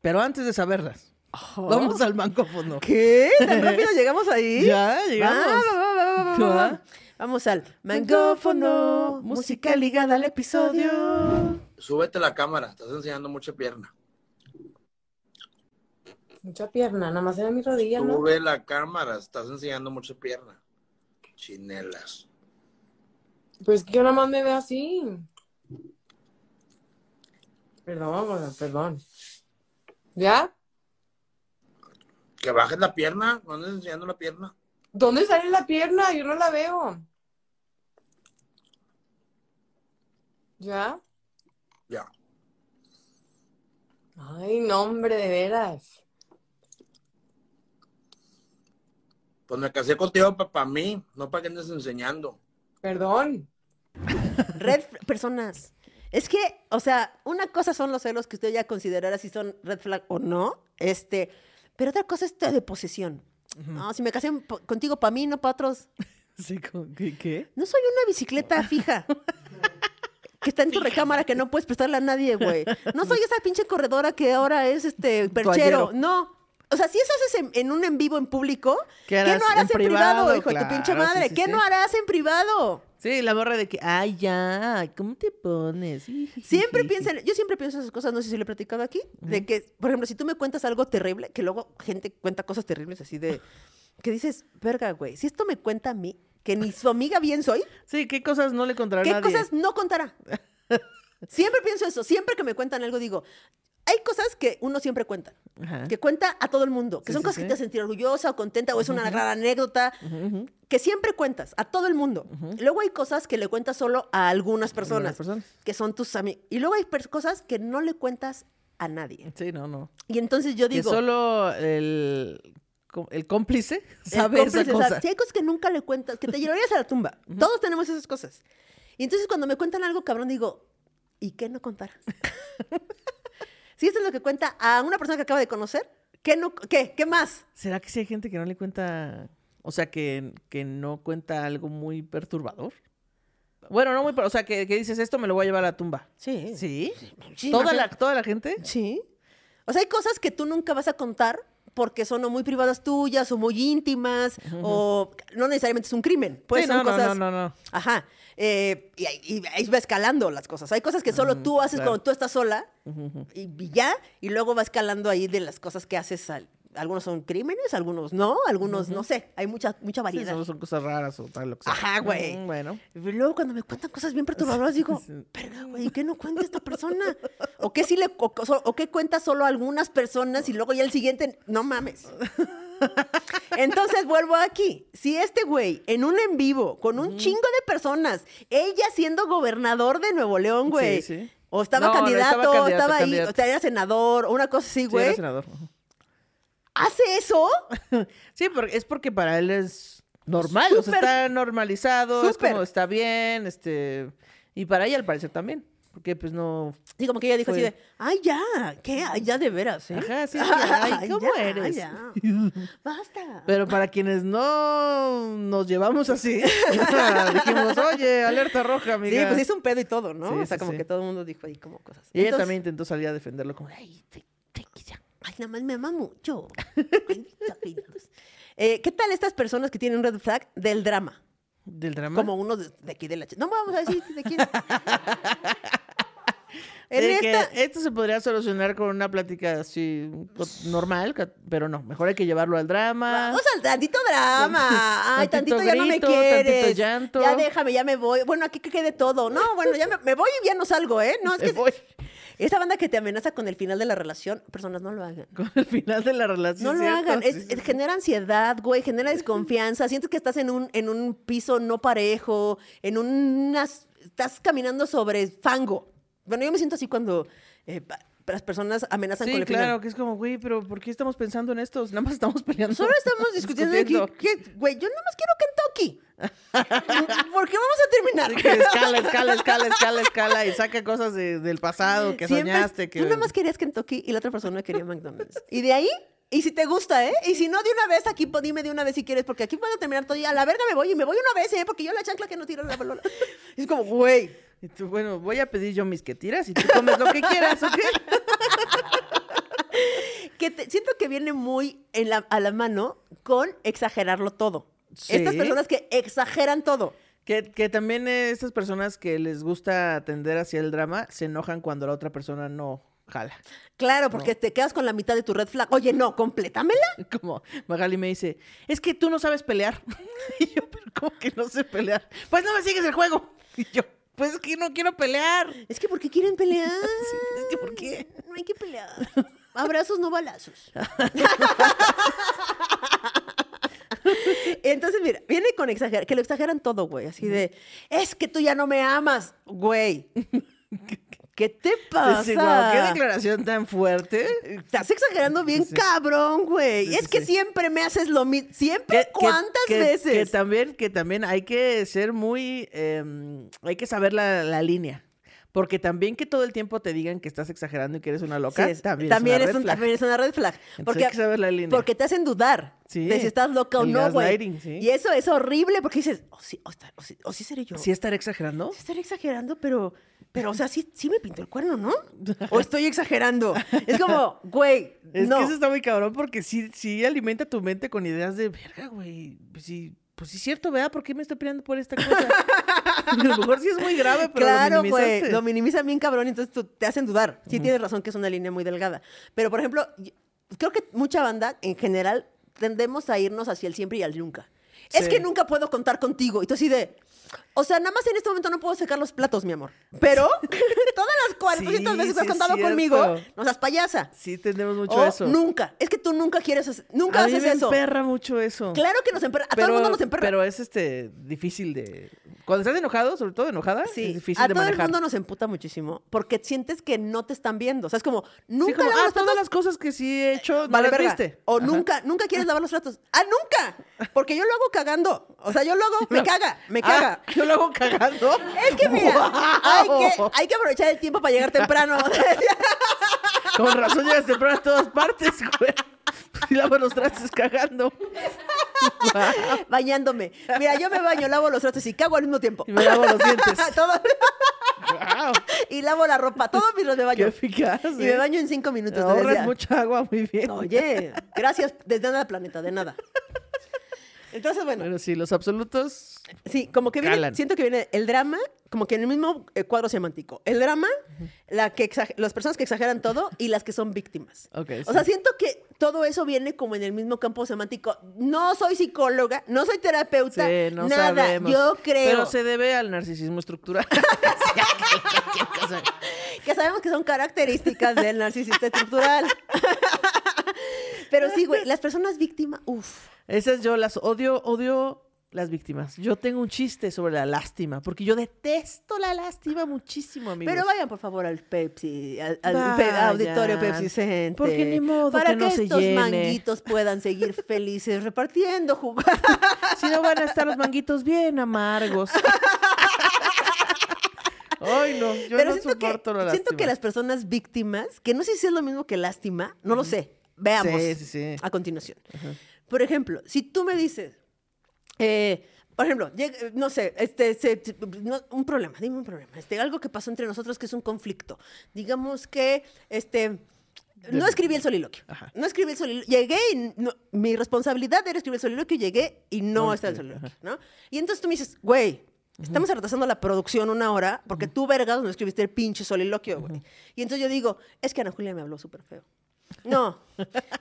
S2: Pero antes de saberlas, vamos al mancófono.
S1: ¿Qué? ¿Tan rápido llegamos ahí?
S2: Ya,
S1: Va,
S2: llegamos.
S1: va, va, va, va, va, va, va. Vamos al mangófono, música ligada al episodio.
S4: Súbete la cámara, estás enseñando mucha pierna.
S5: Mucha pierna, nada más se ve mi rodilla, ¿no?
S4: Sube la cámara, estás enseñando mucha pierna. Chinelas.
S5: Pues que yo nada más me veo así. Perdón, bueno, perdón. ¿Ya?
S4: Que bajes la pierna, no andes enseñando la pierna.
S5: ¿Dónde sale la pierna? Yo no la veo. ¿Ya?
S4: Ya.
S5: Ay, no, hombre, de veras.
S4: Pues me casé contigo para mí, no para que andes enseñando.
S5: Perdón.
S1: Red fl- personas. Es que, o sea, una cosa son los celos que usted ya considerara si son red flag o no, este, pero otra cosa es esta de posesión. No, si me casé po- contigo para mí, no para otros.
S2: Sí, ¿con- ¿qué? qué?
S1: No soy una bicicleta fija. Que está en tu recámara que no puedes prestarla a nadie, güey. No soy esa pinche corredora que ahora es este perchero.
S2: Toallero.
S1: No. O sea, si eso haces en, en un en vivo en público,
S2: ¿Qué
S1: ¿qué,
S2: harás
S1: no harás
S2: en
S1: en, privado,
S2: privado?
S1: hijo de tu pinche
S2: Claro, sí,
S1: madre?
S2: sí,
S1: ¿Qué
S2: sí.
S1: no harás en privado?
S2: Sí, la borra de que, ay, ya, ¿cómo te pones?
S1: Siempre piensan, yo siempre pienso esas cosas, no sé si lo he platicado aquí, de que, por ejemplo, si tú me cuentas algo terrible, que luego gente cuenta cosas terribles así de, que dices, verga, güey, si esto me cuenta a mí, que ni su amiga bien soy,
S2: Sí, ¿qué cosas no le contará
S1: ¿Qué
S2: nadie?
S1: cosas no contará? siempre pienso eso. Siempre que me cuentan algo, digo, hay cosas que uno siempre cuenta,
S2: Ajá.
S1: que cuenta a todo el mundo, que
S2: Ah. Sí,
S1: son
S2: sí,
S1: cosas
S2: sí.
S1: que te hacen sentir orgullosa o contenta, o es una gran anécdota, que siempre cuentas a todo el mundo. Luego hay cosas que le cuentas solo a algunas personas,
S2: personas.
S1: que son tus amigos. Y luego hay pers- cosas que no le cuentas a nadie.
S2: Sí, no, no.
S1: Y entonces yo digo,
S2: que solo el, el cómplice sabe
S1: El cómplice,
S2: esa
S1: eh, o sea,
S2: cosa.
S1: si hay cosas que nunca le cuentas, que te llevarías a la tumba. Todos tenemos esas cosas. Y entonces cuando me cuentan algo cabrón, digo, ¿y qué no contar? si esto es lo que cuenta a una persona que acaba de conocer, ¿qué, no, qué, qué más?
S2: ¿Será que sí hay gente que no le cuenta, o sea, que, que no cuenta algo muy perturbador? Bueno, no muy, per- o sea, que, que dices, esto me lo voy a llevar a la tumba.
S1: Sí.
S2: ¿Sí?
S1: Sí,
S2: ¿Toda, la,
S1: imagínate.
S2: ¿Toda la gente?
S1: Sí. O sea, hay cosas que tú nunca vas a contar porque son o muy privadas tuyas o muy íntimas o no necesariamente es un crimen. Pues
S2: Sí,
S1: son
S2: no, no,
S1: cosas...
S2: no, no, no.
S1: Ajá. Eh, y, ahí- y ahí va escalando las cosas. Hay cosas que solo tú haces
S2: claro.
S1: cuando tú estás sola y, y ya, y luego va escalando ahí de las cosas que haces. al- algunos son crímenes, algunos no, algunos no sé. Hay mucha, mucha
S2: Sí,
S1: variedad.
S2: son, son cosas raras o tal, lo que sea.
S1: Ajá, güey.
S2: Mm, Bueno.
S1: Y luego cuando me cuentan cosas bien perturbadoras, digo,
S2: Sí.
S1: verga, güey, ¿qué no cuenta esta persona? ¿O qué, sí le, o, o- o qué cuenta solo algunas personas y luego ya el siguiente, no mames? Entonces vuelvo aquí. Si este güey, en un en vivo, con un chingo de personas, ella siendo gobernador de Nuevo León, güey,
S2: Sí, sí.
S1: o estaba
S2: No, no, estaba
S1: candidato, estaba,
S2: candidato,
S1: ahí,
S2: candidato.
S1: o sea, era senador, o una cosa así,
S2: Sí, era
S1: güey,
S2: senador. Ajá.
S1: hace eso,
S2: Sí, porque es porque para él es normal, o sea,
S1: Súper.
S2: está normalizado, es
S1: Súper.
S2: como está bien, este, y para ella al parecer también. Porque pues no...
S1: Sí, como que ella dijo
S2: Fue-
S1: así de, ay, ya, ¿qué? Ay, ya de veras, ¿eh?
S2: Ajá, sí, es que, ay, ¿cómo
S1: ya,
S2: eres?
S1: ya. Basta.
S2: Pero para quienes no nos llevamos así, dijimos, oye, alerta roja, amiga.
S1: Sí, pues hizo un pedo y todo, ¿no?
S2: Sí,
S1: o sea,
S2: sí,
S1: como
S2: sí.
S1: que todo el mundo dijo ahí como cosas.
S2: Y ella
S1: Entonces,
S2: también intentó salir a defenderlo como, ay, te- te- ya".
S1: Ay, nada más me ama mucho. Ay, chavitos. Eh, ¿Qué tal estas personas que tienen un red flag del drama?
S2: del drama.
S1: Como uno de, de aquí de la... ch- No vamos a decir de quién.
S2: Sí,
S1: en
S2: que ah.
S1: esta...
S2: Esto se podría solucionar con una plática así co- normal, ca- pero no, mejor hay que llevarlo al drama.
S1: Vamos al tantito drama. Ay,
S2: Tantito
S1: tantito, ya no me
S2: grito,
S1: quieres.
S2: tantito llanto.
S1: Ya déjame, ya me voy. Bueno, aquí que quede todo. No, bueno, ya me, me voy y ya no salgo, ¿eh? No, es
S2: Me
S1: que
S2: voy
S1: esa banda que te amenaza con el final de la relación, personas no lo hagan.
S2: con el final de la relación.
S1: No lo
S2: ¿cierto?
S1: hagan. Es-
S2: Sí, sí,
S1: es-
S2: sí.
S1: genera ansiedad, güey, genera desconfianza. Sientes que estás en un, en un piso no parejo, en unas. Estás caminando sobre fango. Bueno, yo me siento así cuando eh, pa- las personas amenazan con
S2: Sí,
S1: el
S2: claro,
S1: final.
S2: que es como, güey, pero ¿por qué estamos pensando en estos? Nada más estamos peleando.
S1: Solo estamos discutiendo aquí. ¿qué? Güey, yo nada más quiero Kentucky. ¿Por qué vamos a terminar?
S2: Así que escala, escala, escala, escala, escala y saca cosas de- del pasado que
S1: Siempre-
S2: soñaste. Que...
S1: Tú nada más querías Kentucky y la otra persona quería McDonald's. Y de ahí, y si te gusta, ¿eh? Y si no, de una vez, aquí pon- dime de una vez si quieres, porque aquí puedo terminar todo y a la verga me voy y me voy una vez, ¿eh? Porque yo la chancla que no tiro la pelota. Y Es como, güey.
S2: Y tú, bueno, voy a pedir yo mis que tiras y tú comes lo que quieras, ¿ok?
S1: Que te- siento que viene muy en la- a la mano con exagerarlo todo.
S2: Sí.
S1: Estas personas que exageran todo.
S2: Que, que también eh, estas personas que les gusta atender hacia el drama se enojan cuando la otra persona no jala.
S1: Claro, porque te quedas con la mitad de tu red flag. Oye, no, complétamela.
S2: Como Magali me dice, es que tú no sabes pelear. Y yo, pero ¿cómo que no sé pelear? Pues no me sigues el juego. Y yo, pues es que no quiero pelear.
S1: Es que, ¿por qué quieren pelear?
S2: es que, ¿por qué?
S1: No hay que pelear. Abrazos, no balazos. Entonces, mira, viene con exagerar, que lo exageran todo, güey, así de, es que tú ya no me amas, güey. ¿Qué te pasa?
S2: Sí, sí, guau, qué declaración tan fuerte.
S1: Estás exagerando bien
S2: Sí.
S1: cabrón, güey.
S2: Sí, sí,
S1: es que
S2: sí.
S1: siempre me haces lo mismo.
S2: Que-
S1: ¿Siempre?
S2: que-
S1: ¿Cuántas
S2: que-
S1: veces?
S2: Que también, que también hay que ser muy, eh, hay que saber la, la línea. Porque también que todo el tiempo te digan que estás exagerando y que eres una
S1: Sí,
S2: loca,
S1: es-
S2: también,
S1: es
S2: es una red
S1: un-
S2: flag.
S1: también es una red flag.
S2: Entonces
S1: Porque,
S2: hay que saber la línea.
S1: porque te hacen dudar
S2: Sí,
S1: de si estás loca o
S2: el
S1: no, güey.
S2: gaslighting, sí.
S1: Y eso es horrible porque dices, o sí, o está- o sí, o sí seré yo.
S2: ¿Sí estaré exagerando?
S1: Sí estaré exagerando, pero, pero, o sea, sí, sí me pintó el cuerno, ¿no? O estoy exagerando. Es como, güey,
S2: Es
S1: no.
S2: que eso está muy cabrón porque sí, sí alimenta tu mente con ideas de verga, güey. Pues sí, pues sí es cierto, ¿verdad? ¿Por qué me estoy peleando por esta cosa? a lo mejor sí es muy grave, pero
S1: claro,
S2: lo
S1: güey.
S2: minimizaste.
S1: Lo minimizan bien cabrón, entonces tú- te hacen dudar. Sí tienes razón que es una línea muy delgada. Pero, por ejemplo, yo- creo que mucha banda, en general, tendemos a irnos hacia el siempre y al nunca. Es
S2: Sí.
S1: que nunca puedo contar contigo. Y tú así de... O sea, nada más en este momento no puedo secar los platos, mi amor. Pero todas las 400
S2: Sí,
S1: veces que has
S2: sí es
S1: contado conmigo,
S2: cierto.
S1: no seas payasa.
S2: Sí, tenemos mucho
S1: O
S2: eso.
S1: nunca. Es que tú nunca quieres hacer- Oh, nunca
S2: a mí
S1: haces
S2: me
S1: eso.
S2: emperra mucho eso.
S1: Claro que nos emperra. A todo el mundo nos emperra.
S2: Pero es este difícil de. Cuando estás enojado, sobre todo enojada,
S1: Sí,
S2: es difícil
S1: a
S2: de
S1: todo
S2: manejar.
S1: el mundo nos emputa muchísimo porque sientes que no te están viendo. O sea, es como, nunca
S2: Sí, como,
S1: lavas
S2: ah,
S1: los
S2: todas
S1: platos.
S2: las cosas que sí he hecho, no
S1: Vale,
S2: las
S1: verga.
S2: viste.
S1: O
S2: Ajá.
S1: nunca, nunca quieres lavar los platos. ¡Ah, nunca! Porque yo lo hago cagando. O sea, yo lo hago, me caga, me caga.
S2: Ah, yo lo hago cagando.
S1: Es que mira, hay,
S2: ¡Guau!
S1: que, hay que aprovechar el tiempo para llegar temprano. O sea,
S2: Con razón llegas temprano a todas partes, güey. Y lavas los trastes cagando.
S1: bañándome. Mira, yo me baño, lavo los trastes y cago al mismo tiempo.
S2: Y me lavo los dientes.
S1: Todo-
S2: ¡Wow!
S1: y lavo la ropa, todo mientras me
S2: ¡Qué
S1: baño.
S2: eficaz! eh.
S1: Y me baño en cinco minutos. te
S2: Ahorras
S1: decía.
S2: mucha agua, muy bien.
S1: Oye, gracias. Desde nada, planeta, de nada. Entonces, bueno,
S2: Bueno, sí, los absolutos.
S1: sí, como que viene,
S2: Calan.
S1: siento que viene el drama, como que en el mismo eh, cuadro semántico. El drama, la que exag- las personas que exageran todo y las que son víctimas.
S2: Ok,
S1: O
S2: sí.
S1: sea, siento que todo eso viene como en el mismo campo semántico. No soy psicóloga, no soy terapeuta,
S2: Sí, no
S1: nada.
S2: sabemos.
S1: Yo creo
S2: Pero se debe al narcisismo estructural.
S1: que sabemos que son características del narcisista estructural. Pero sí, güey, las personas víctimas, uff.
S2: Esas yo las odio, odio las víctimas. Yo tengo un chiste sobre la lástima, porque yo detesto la lástima muchísimo, amigos.
S1: Pero vayan por favor al Pepsi, al, al
S2: Vayan,
S1: Pe- auditorio Pepsi Center.
S2: porque ni modo
S1: Para
S2: que no se
S1: estos
S2: llene.
S1: manguitos puedan seguir felices repartiendo jugar.
S2: Si no van a estar los manguitos bien amargos. Ay, Ay, no, yo
S1: Pero
S2: no
S1: siento,
S2: soporto
S1: que,
S2: la
S1: siento que
S2: lástima.
S1: las personas víctimas, que no sé si es lo mismo que lástima, no lo sé. Veamos
S2: Sí, sí, sí.
S1: a continuación.
S2: Ajá.
S1: Por ejemplo, si tú me dices, eh, por ejemplo, lleg- eh, no sé, este, se- se- no, un problema, dime un problema, este, algo que pasó entre nosotros que es un conflicto. Digamos que, este, no escribí el soliloquio.
S2: Ajá.
S1: No escribí el soliloquio. Llegué y no- mi responsabilidad era escribir el soliloquio, llegué y no, está el soliloquio, ¿no? Y entonces tú me dices, güey, estamos retrasando la producción una hora porque tú, vergas, no escribiste el pinche soliloquio, güey. Y entonces yo digo, es que Ana Julia me habló súper feo. No,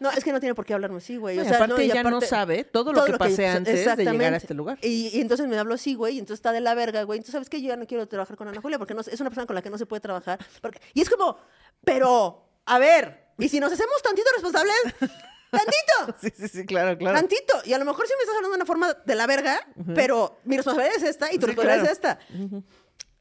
S1: no, es que no tiene por qué hablarme así, güey.
S2: No,
S1: O
S2: y
S1: sea,
S2: aparte
S1: no, y
S2: ella no
S1: aparte-
S2: sabe todo lo que pasé antes de llegar a
S1: exactamente.
S2: este lugar.
S1: Y, y entonces me habló así, güey, y entonces está de la verga, güey. Entonces, ¿sabes qué? Yo ya no quiero trabajar con Ana Julia porque no, es una persona con la que no se puede trabajar. Porque, y es como, pero, a ver, ¿y si nos hacemos tantito responsables? ¡Tantito!
S2: Sí, sí, sí, claro, claro.
S1: Tantito. Y a lo mejor sí me estás hablando de una forma de la verga, pero mi responsabilidad es esta y tu
S2: Sí,
S1: responsabilidad
S2: claro.
S1: es esta.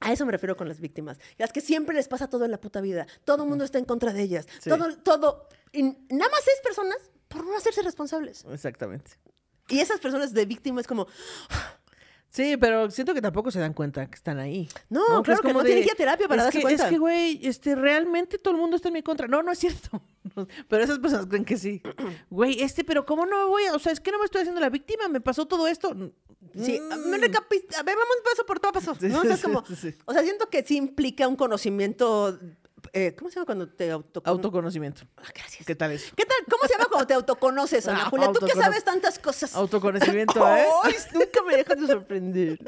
S1: A eso me refiero con las víctimas. Las que siempre les pasa todo en la puta vida. Todo el mundo está en contra de ellas.
S2: Sí.
S1: Todo, todo. Y nada más seis personas por no hacerse responsables.
S2: Exactamente.
S1: Y esas personas de víctimas como,
S2: Sí, pero siento que tampoco se dan cuenta que están ahí.
S1: No, claro que no, tienen que ir a terapia para
S2: es
S1: darse
S2: que-
S1: cuenta.
S2: Es que, güey, este, realmente todo el mundo está en mi contra. No, no es cierto. Pero esas personas creen que sí. Güey, este, pero ¿cómo no me voy a...? O sea, es que no me estoy haciendo la víctima. Me pasó todo esto.
S1: sí,
S2: Mm.
S1: me recapi- a ver, vamos paso por todo paso.
S2: Sí,
S1: ¿no? O sea, es
S2: sí,
S1: como-
S2: sí, sí.
S1: o sea, siento que sí implica un conocimiento, eh, ¿cómo se llama cuando te auto...
S2: Autoconocimiento.
S1: Ah, gracias.
S2: ¿Qué tal eso?
S1: ¿Qué tal? ¿Cómo se llama cuando te autoconoces, Ana
S2: Ah,
S1: Julia? Tú que
S2: autocono-
S1: sabes tantas cosas.
S2: Autoconocimiento, ¿eh?
S1: Ay, nunca me dejas de sorprender.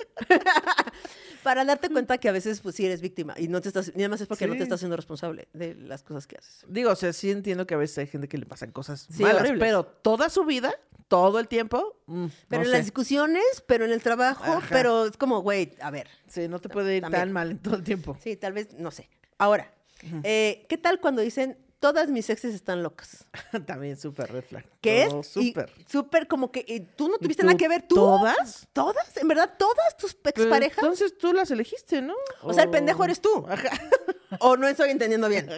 S1: Para darte cuenta que a veces pues sí eres víctima y no te estás, nada más es porque no
S2: Sí.
S1: te estás siendo responsable de las cosas que haces.
S2: Digo, o sea, sí entiendo que a veces hay gente que le pasan cosas
S1: Sí,
S2: malas,
S1: horribles.
S2: pero toda su vida, todo el tiempo, mm,
S1: Pero
S2: no
S1: en
S2: sé.
S1: las discusiones, pero en el trabajo,
S2: Ajá.
S1: pero es como, güey, a ver,
S2: Sí, no te puede ir
S1: También.
S2: tan mal en todo el tiempo.
S1: Sí, tal vez, no sé. Ahora, eh, ¿qué tal cuando dicen todas mis exes están locas?
S2: También súper red flag.
S1: ¿Qué
S2: Todo
S1: es? Y
S2: Súper.
S1: Súper como que eh, tú no
S2: ¿Y
S1: tuviste
S2: tú
S1: nada que ver. ¿Tú?
S2: todas? Pues,
S1: ¿Todas? ¿En verdad todas tus
S2: Pero
S1: exparejas?
S2: Entonces tú las elegiste, ¿no?
S1: O sea, el pendejo eres tú.
S2: Ajá.
S1: ¿O no estoy entendiendo bien?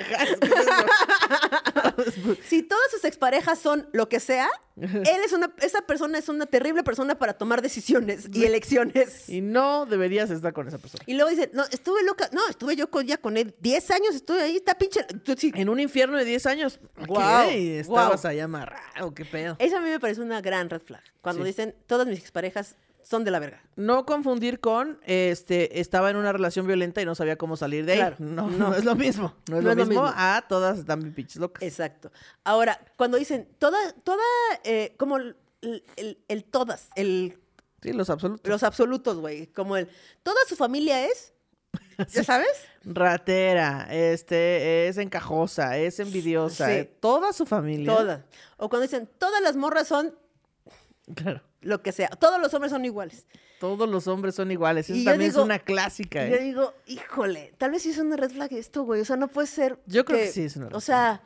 S1: Si todas sus exparejas son lo que sea, él es una, esa persona es una terrible persona para tomar decisiones y elecciones.
S2: Y no deberías estar con esa persona.
S1: Y luego dice, no, estuve loca. No, estuve yo con, ya con él 10 años, estuve ahí, está pinche... Tú sí,
S2: En un infierno de 10 años.
S1: Guau,
S2: ¿qué? Y Estabas
S1: guau.
S2: ahí amarrado, qué pedo.
S1: Esa a mí me parece una gran red flag. Cuando
S2: Sí.
S1: dicen, todas mis exparejas son de la verga.
S2: No confundir con, este, estaba en una relación violenta y no sabía cómo salir de ahí.
S1: Claro,
S2: no,
S1: no.
S2: no, es lo mismo. No es, lo, mismo. Ah, todas están bien pinches locas.
S1: Exacto. Ahora, cuando dicen, toda, toda, eh, como el, el- el todas, el,
S2: Sí, los absolutos.
S1: los absolutos, güey, como el, toda su familia es, ¿ya sabes?
S2: Ratera, este, es encajosa, es envidiosa.
S1: Sí.
S2: eh, Toda su familia.
S1: Toda. O cuando dicen, todas las morras son
S2: Claro.
S1: lo que sea, todos los hombres son iguales.
S2: Todos los hombres son iguales. Eso
S1: Y yo
S2: también
S1: digo-
S2: es una clásica.
S1: Y
S2: ¿eh?
S1: yo digo, híjole, tal vez sí es una red flag esto, güey, o sea, no puede ser.
S2: Yo creo que sí es una red
S1: O sea...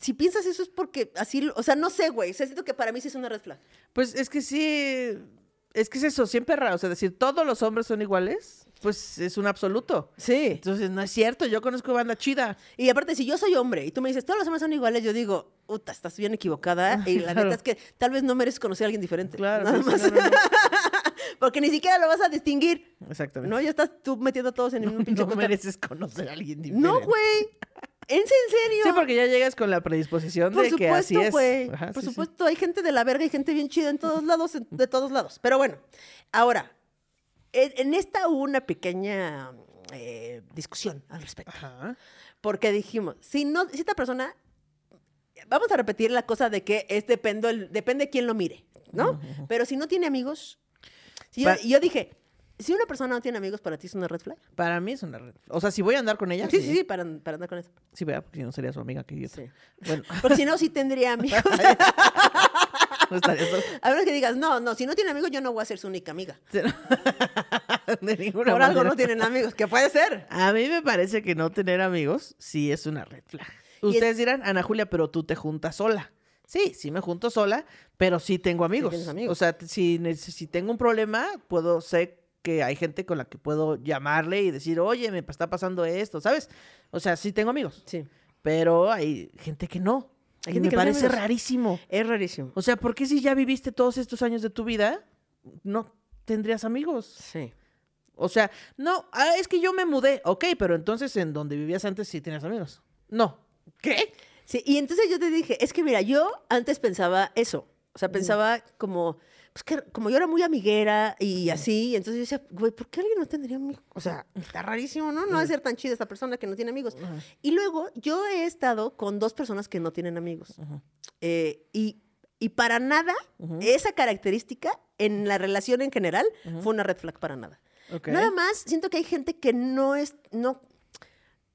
S1: Si piensas eso es porque así, lo- o sea, no sé, güey. O sea, siento que para mí sí es una red flag.
S2: Pues es que sí, es que es eso, siempre raro. O sea, decir todos los hombres son iguales, pues es un absoluto.
S1: Sí.
S2: Entonces, no es cierto, yo conozco banda chida.
S1: Y aparte, si yo soy hombre y tú me dices, todos los hombres son iguales, yo digo, puta, estás bien equivocada. Y la
S2: Claro.
S1: neta es que tal vez no mereces conocer a alguien diferente.
S2: Claro,
S1: Nada
S2: sí, sí,
S1: más.
S2: no, no,
S1: Porque ni siquiera lo vas a distinguir.
S2: no. Exactamente.
S1: No, ya estás tú metiendo a todos en el mismo pinche
S2: No
S1: costal.
S2: mereces conocer a alguien diferente.
S1: No, güey. ¿En, en serio?
S2: Sí, porque ya llegas con la predisposición
S1: Por
S2: de que así
S1: supuesto,
S2: es.
S1: güey.
S2: Ajá,
S1: Por
S2: sí, sí.
S1: supuesto, hay gente de la verga y gente bien chida en todos lados, en- de todos lados. Pero bueno, ahora, en, en esta hubo una pequeña eh, discusión al respecto.
S2: Ajá.
S1: Porque dijimos, si no, si esta persona, vamos a repetir la cosa de que es depende, el- depende quién lo mire, ¿no? Pero si no tiene amigos, si yo,
S2: Pa-
S1: y yo dije, si una persona no tiene amigos, para ti es una red flag.
S2: Para mí es una red. O sea, si voy a andar con ella.
S1: Sí, sí, sí, para, para andar con eso.
S2: Sí, vea, porque si no sería su amiga, que idiota.
S1: Sí.
S2: Bueno,
S1: Porque si no, sí tendría amigos.
S2: no estaría sola.
S1: A menos que digas, no, no, si no tiene amigos, yo no voy a ser su única amiga.
S2: De ninguna
S1: Por algo
S2: manera.
S1: no tienen amigos, que puede ser.
S2: A mí me parece que no tener amigos sí es una red flag.
S1: el-
S2: Ustedes dirán, Ana Julia, pero tú te juntas sola. Sí, sí me junto sola, pero sí tengo amigos.
S1: tienes amigos.
S2: O sea, t- si, neces- si tengo un problema, puedo, sé que hay gente con la que puedo llamarle y decir, oye, me pa- está pasando esto, ¿sabes? O sea, sí tengo amigos,
S1: Sí.
S2: pero hay gente que no.
S1: Hay
S2: Y
S1: gente
S2: me
S1: que no tiene
S2: parece
S1: amigos.
S2: rarísimo.
S1: Es rarísimo.
S2: O sea, ¿por qué si ya viviste todos estos años de tu vida, no tendrías amigos?
S1: Sí.
S2: O sea, no, ah, es que yo me mudé. Ok, pero entonces en donde vivías antes sí tenías amigos. No. ¿Qué?
S1: Sí, y entonces yo te dije, es que mira, yo antes pensaba eso. O sea, pensaba como, pues que como yo era muy amiguera y así, y entonces yo decía, güey, ¿por qué alguien no tendría amigos? O sea, está rarísimo, ¿no? No va a ser tan chida esta persona que no tiene amigos. Y luego yo he estado con dos personas que no tienen amigos. Eh, y, y para nada,
S2: eh,
S1: esa característica en la relación en general fue una red flag para nada.
S2: Ok.
S1: Nada más, siento que hay gente que no es, no,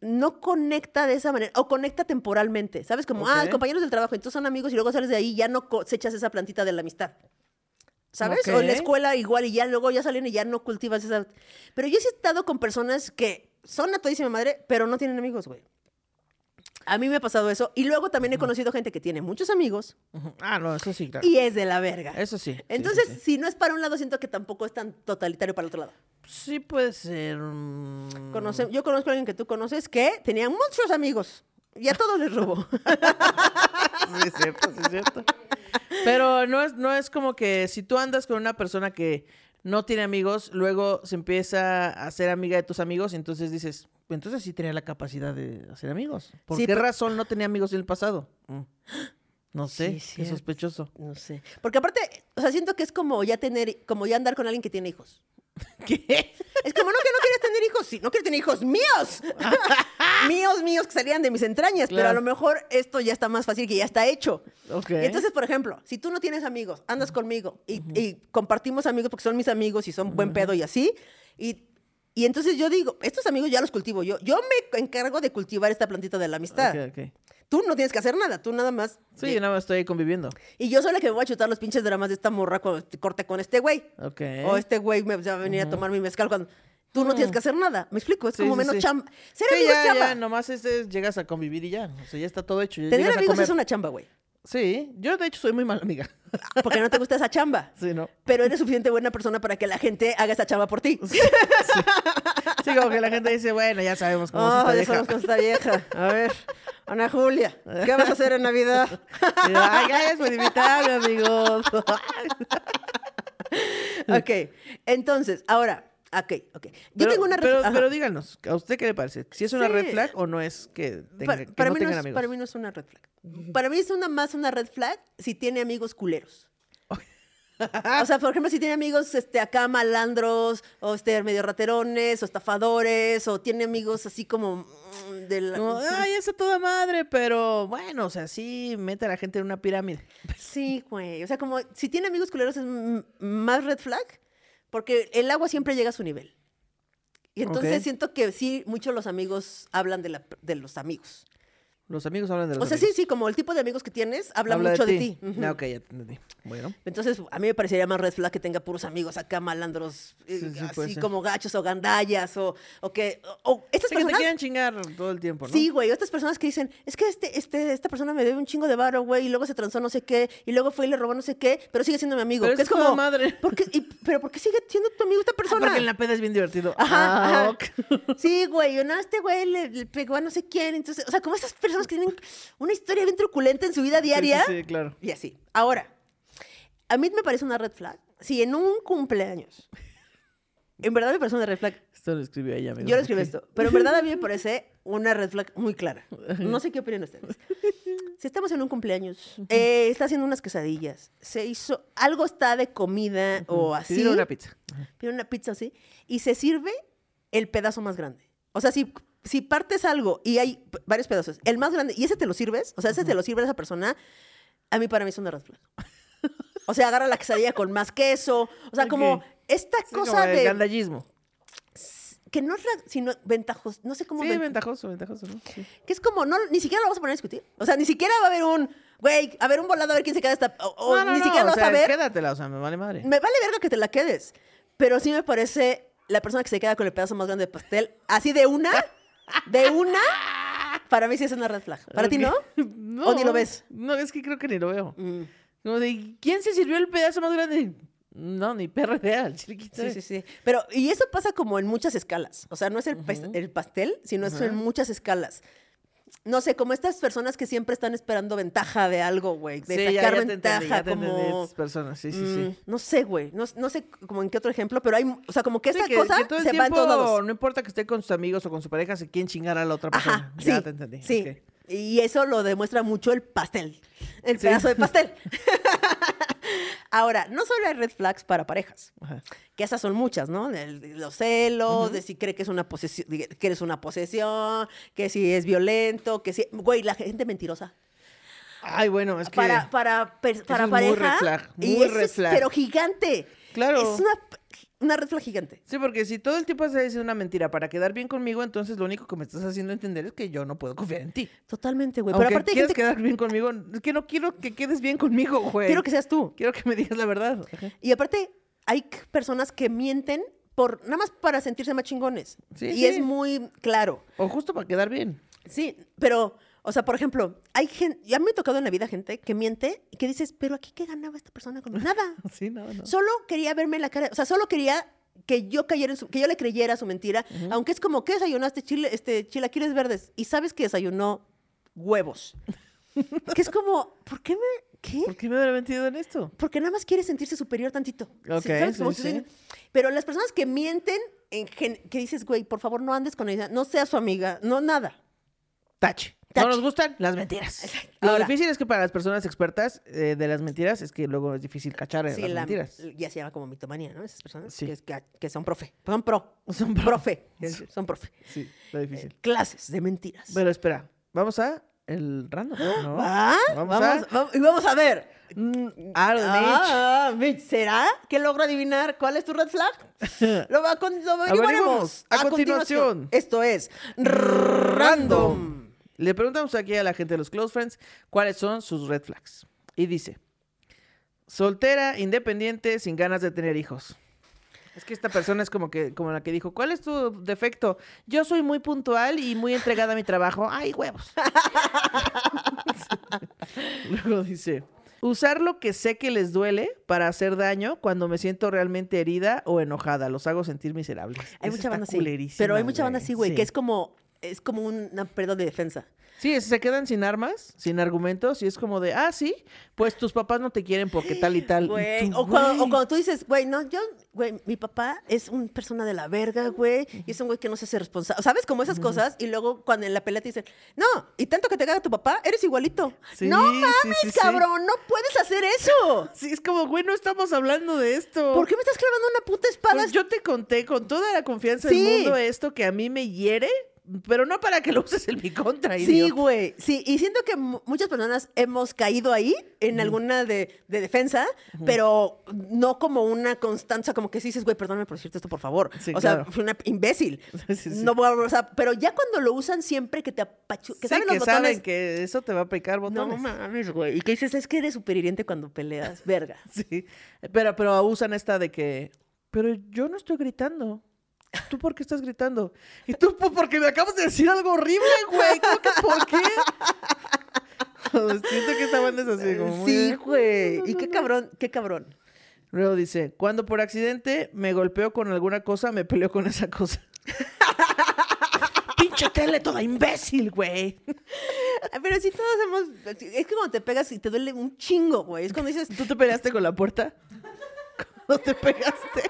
S1: no conecta de esa manera, o conecta temporalmente, ¿sabes? Como, ah,
S2: Ok.
S1: compañeros del trabajo, entonces son amigos y luego sales de ahí y ya no cosechas esa plantita de la amistad. ¿Sabes? O en la
S2: Ok.
S1: escuela igual y ya luego ya salen y ya no cultivas esa... Pero yo sí he estado con personas que son a todísima madre, pero no tienen amigos, güey. A mí me ha pasado eso. Y luego también he conocido gente que tiene muchos amigos
S2: Ujú. Ah, no, eso sí, claro.
S1: y es de la verga.
S2: Eso sí. sí, sí,
S1: Entonces,
S2: sí.
S1: si no es para un lado, siento que tampoco es tan totalitario para el otro lado.
S2: Sí puede ser. mm,
S1: Conoce- yo conozco a alguien que tú conoces que tenía muchos amigos y a todos les robó.
S2: Sí, es cierto, sí, es cierto. Pero no es, no es como que si tú andas con una persona que no tiene amigos, luego se empieza a ser amiga de tus amigos y entonces dices, entonces sí tenía la capacidad de hacer amigos. ¿Por
S1: Sí,
S2: qué
S1: pero-
S2: razón no tenía amigos en el pasado? Mm. No
S1: Sí,
S2: sé,
S1: es
S2: qué
S1: cierto.
S2: sospechoso.
S1: No sé. Porque aparte, o sea, siento que es como ya tener, como ya andar con alguien que tiene hijos.
S2: ¿Qué?
S1: Es como no que no quieres tener hijos, sí, no quieres tener hijos míos. míos, míos que salían de mis entrañas, pero a
S2: Claro.
S1: lo mejor esto ya está más fácil que ya está hecho.
S2: Ok.
S1: Y entonces, por ejemplo, si tú no tienes amigos, andas conmigo y, y compartimos amigos porque son mis amigos y son buen pedo y así, y, y entonces yo digo, estos amigos ya los cultivo yo. Yo me encargo de cultivar esta plantita de la amistad.
S2: Ok, ok.
S1: Tú no tienes que hacer nada, tú nada más.
S2: Sí, yo nada más estoy ahí conviviendo.
S1: Y yo soy la que me voy a chutar los pinches dramas de esta morra cuando te corte con este güey.
S2: Ok. Mm.
S1: O este güey me va a venir a tomar mi mezcal cuando. Tú no tienes que hacer nada. Me explico, es
S2: Sí,
S1: como
S2: sí,
S1: menos
S2: sí.
S1: chamba. Ser
S2: Sí,
S1: amigos es
S2: ya,
S1: chamba.
S2: ya, nomás es, es- llegas a convivir y ya. O sea, ya está todo hecho. ya
S1: Tener
S2: llegas a
S1: amigos
S2: comer.
S1: es una chamba, güey.
S2: Sí, yo de hecho soy muy mala amiga.
S1: Porque no te gusta esa chamba.
S2: Sí, ¿no?
S1: Pero eres suficiente buena persona para que la gente haga esa chamba por ti.
S2: Sí, como que la gente dice, bueno, ya sabemos cómo
S1: Oh,
S2: se
S1: ya
S2: está
S1: sabemos cómo está vieja. A ver, Ana Julia, ¿qué vas a hacer en Navidad?
S2: Ay, gracias por invitarme, amigos.
S1: ok, entonces, ahora, ok, ok. Yo
S2: Pero-
S1: tengo una ref-
S2: pero,
S1: ajá.
S2: pero díganos, ¿a usted qué le parece? ¿Si es una
S1: Sí.
S2: red flag o no es que, tenga-
S1: Pa-
S2: que
S1: para,
S2: no
S1: mí no
S2: tengan
S1: es,
S2: amigos?
S1: para mí no es una red flag. Para mí es una más una red flag si tiene amigos culeros. O sea, por ejemplo, si tiene amigos este, acá malandros, o este, medio raterones, o estafadores, o tiene amigos así como mm, de la...
S2: Como, ay, esa toda madre, pero bueno, o sea, sí mete a la gente en una pirámide.
S1: Sí, güey. O sea, como si tiene amigos culeros es m- más red flag, porque el agua siempre llega a su nivel. Y entonces
S2: Ok.
S1: siento que sí, muchos los amigos hablan de, la- de los amigos.
S2: Los amigos hablan de los
S1: O sea, sí, sí, como el tipo de amigos que tienes habla, mucho de ti. Ujú.
S2: Ah, ok, ya te entendí. Bueno.
S1: Entonces, a mí me parecería más red flag que tenga puros amigos acá, malandros, eh,
S2: Sí, sí, puede
S1: así
S2: ser.
S1: como gachos o gandallas, o, o que. O, o estas
S2: Sí, que te
S1: personas.
S2: quieran chingar todo el tiempo, ¿no?
S1: Sí, güey, estas personas que dicen, es que este, este, esta persona me debe un chingo de varo, güey, y luego se transó no sé qué, y luego fue y le robó no sé qué, pero sigue siendo mi amigo.
S2: Pero
S1: que
S2: es
S1: es como,
S2: toda madre.
S1: ¿por qué- y- ¿Pero por qué sigue siendo tu amigo esta
S2: Ah,
S1: persona?
S2: porque en la peda es bien divertido.
S1: Ajá,
S2: Ah,
S1: ajá.
S2: ok.
S1: Sí, güey, yo no, este güey le, le pegó a no sé quién, entonces, o sea, como esas personas que tienen una historia bien truculenta en su vida diaria.
S2: Sí, sí, sí, claro.
S1: Y así. Ahora, a mí me parece una red flag. Si en un cumpleaños, en verdad me parece una red flag.
S2: Esto lo escribió ella, amigos.
S1: Yo lo escribí
S2: ok.
S1: esto, pero en verdad a mí me parece una red flag muy clara. No sé qué opinan ustedes. Si estamos en un cumpleaños, eh, está haciendo unas quesadillas, se hizo, algo está de comida o así.
S2: Pidieron una pizza.
S1: pide una pizza así, y se sirve el pedazo más grande. O sea, si, si partes algo y hay p- varios pedazos, el más grande, y ese te lo sirves, o sea, ese te lo sirve a esa persona, a mí para mí es una red flag. O sea, agarra la quesadilla con más queso, o sea, como
S2: Ok.
S1: esta
S2: Sí, como
S1: cosa
S2: el
S1: de...
S2: gandallismo.
S1: Que no es, ra- sino ventajos, no sé cómo...
S2: Sí,
S1: ven-
S2: ventajoso, ventajoso, ¿no? Sí.
S1: que es como, no, ni siquiera lo vamos a poner a discutir. O sea, ni siquiera va a haber un, güey, a ver un volado, a ver quién se queda esta... O, o
S2: No, no,
S1: ni
S2: no,
S1: siquiera
S2: o
S1: lo vas
S2: sea,
S1: a ver.
S2: Quédatela, o sea, me vale madre.
S1: Me vale verga que te la quedes. Pero sí me parece la persona que se queda con el pedazo más grande de pastel, así de una, de una, para mí sí es una red flag. ¿Para ti no?
S2: Ok.
S1: ¿O ni lo ves?
S2: No, es que creo que ni lo veo.
S1: Mm,
S2: Como de, ¿quién se sirvió el pedazo más grande? No, ni perra real,
S1: Sí, sí, sí. Pero, y eso pasa como en muchas escalas. O sea, no es el, pas- el pastel, sino es en muchas escalas. no sé, como estas personas que siempre están esperando ventaja de algo, güey, de
S2: sí, ya,
S1: sacar
S2: ya te
S1: ventaja,
S2: entendí, ya te entendí de
S1: como
S2: estas personas. Sí, sí, sí.
S1: mm, no sé, güey, no, no sé como en qué otro ejemplo, pero hay, o sea, como que
S2: Sí,
S1: esa
S2: que-
S1: cosa
S2: que todo el
S1: se va en
S2: tiempo,
S1: todos lados.
S2: No importa que esté con sus amigos o con su pareja, se quieren chingar a la otra persona.
S1: Ajá,
S2: ya
S1: sí,
S2: te entendí.
S1: sí.
S2: ok.
S1: Y eso lo demuestra mucho el pastel, el
S2: Sí.
S1: pedazo de pastel. Ahora, no solo hay red flags para parejas.
S2: Ajá.
S1: que esas son muchas, ¿no? El- los celos, de si cree que es una posesión, que eres una posesión, que si es violento, que si, güey, la gente mentirosa.
S2: Ay, bueno, es que.
S1: para para per- para
S2: es muy
S1: pareja.
S2: red flag,
S1: y
S2: muy
S1: eso
S2: red
S1: es,
S2: flag.
S1: pero gigante.
S2: Claro.
S1: Es una, una red flag gigante.
S2: Sí, porque si todo el tiempo estás diciendo una mentira para quedar bien conmigo, entonces lo único que me estás haciendo entender es que yo no puedo confiar en ti.
S1: Totalmente, güey.
S2: Aunque
S1: Pero aparte hay
S2: quieras
S1: gente
S2: quedar bien conmigo, es que no quiero que quedes bien conmigo, güey.
S1: quiero que seas tú.
S2: Quiero que me digas la verdad. Ajá.
S1: Y aparte hay c- personas que mienten por nada más para sentirse más chingones.
S2: Sí,
S1: y
S2: sí.
S1: es muy claro.
S2: O justo para quedar bien.
S1: Sí, pero, o sea, por ejemplo, hay gente, ya me ha tocado en la vida gente que miente y que dices, pero aquí qué ganaba esta persona con nada.
S2: Sí, no, no.
S1: Solo quería verme la cara, o sea, solo quería que yo cayera en su- que yo le creyera su mentira, aunque es como que desayunaste chile, este chilaquiles verdes y sabes que desayunó huevos. que es como, ¿por qué me qué?
S2: ¿Por qué me habrá mentido en esto?
S1: Porque nada más quiere sentirse superior tantito.
S2: Ok,
S1: ¿Sabes? Como
S2: sí,
S1: que-
S2: sí.
S1: Pero las personas que mienten en gen- que dices, güey, por favor, no andes con ella, no seas su amiga, no nada.
S2: Tache.
S1: Tache.
S2: No nos gustan las mentiras. Lo
S1: Ahora-
S2: difícil es que para las personas expertas eh, de las mentiras es que luego es difícil cachar eh,
S1: Sí,
S2: las
S1: la-
S2: mentiras.
S1: ya se llama como mitomanía, ¿no? Esas personas
S2: Sí.
S1: que, que- que son profe. Son pro.
S2: Son pro.
S1: profe.
S2: Sí.
S1: Son profe.
S2: Sí, lo difícil.
S1: eh, Clases de mentiras.
S2: Pero espera, vamos a el random, ¿no?
S1: ¿Va?
S2: Vamos
S1: Vamos,
S2: a-
S1: va- y vamos a ver.
S2: Mm, ah, lo de Mitch.
S1: Ah, Mitch, ¿será que logro adivinar cuál es tu red flag? Lo, va- con- lo averiguaremos.
S2: A continuación.
S1: Esto es Random.
S2: Le preguntamos aquí a la gente de los close friends cuáles son sus red flags. Y dice, soltera, independiente, sin ganas de tener hijos. Es que esta persona es como que como la que dijo, ¿cuál es tu defecto? Yo soy muy puntual y muy entregada a mi trabajo. ¡Ay, huevos! Luego dice, usar lo que sé que les duele para hacer daño cuando me siento realmente herida o enojada. Los hago sentir miserables.
S1: Hay
S2: Esa
S1: mucha
S2: está
S1: banda así.
S2: culerísima,
S1: Pero hay mucha banda así, güey,
S2: Sí.
S1: que es como, es como una pérdida de defensa.
S2: Sí, es- se quedan sin armas, sin argumentos, y es como de, ah, sí, pues tus papás no te quieren porque tal y tal. Y
S1: Güey,
S2: tú,
S1: o, cuando, o
S2: güey.
S1: cuando tú dices, güey, no, yo, güey, mi papá es un persona de la verga, güey, y es un güey que no se hace responsable. ¿Sabes? Como esas cosas, y luego cuando en la pelea te dicen, no, y tanto que te caga tu papá, eres igualito.
S2: Sí,
S1: no
S2: sí,
S1: mames,
S2: sí, sí.
S1: cabrón, no puedes hacer eso.
S2: Sí, es como, güey, no estamos hablando de esto.
S1: ¿Por qué me estás clavando una puta espada?
S2: Pues yo te conté con toda la confianza
S1: Sí.
S2: del mundo esto que a mí me hiere, pero no para que lo uses en mi contra,
S1: Sí,
S2: idiota.
S1: güey. Sí, y siento que mu- muchas personas hemos caído ahí en alguna de, de defensa, pero no como una constancia, como que sí dices, güey, perdóname por decirte esto, por favor.
S2: Sí,
S1: o
S2: claro.
S1: sea, fui una imbécil.
S2: Sí, sí, sí.
S1: No voy a, o sea, pero ya cuando lo usan siempre que te apachu, que
S2: Sí,
S1: saben los
S2: que
S1: botones.
S2: saben que eso te va a picar
S1: No
S2: botones.
S1: mames, güey. Y que dices, es que eres súper hiriente cuando peleas, verga.
S2: Sí, pero, pero usan esta de que, pero yo no estoy gritando. ¿Tú por qué estás gritando? Y tú, pues porque me acabas de decir algo horrible, güey. ¿Cómo que por qué? Siento que esta banda es así, como muy
S1: Sí,
S2: de-
S1: güey.
S2: No,
S1: Y
S2: no,
S1: qué
S2: no.
S1: cabrón, qué cabrón.
S2: Luego dice, cuando por accidente me golpeo con alguna cosa, me peleo con esa cosa. Pinche tele toda imbécil, güey.
S1: Ay, Pero si todos hemos. Es que cuando te pegas y te duele un chingo, güey. Es cuando dices,
S2: ¿Tú te peleaste con la puerta? ¿No te pegaste?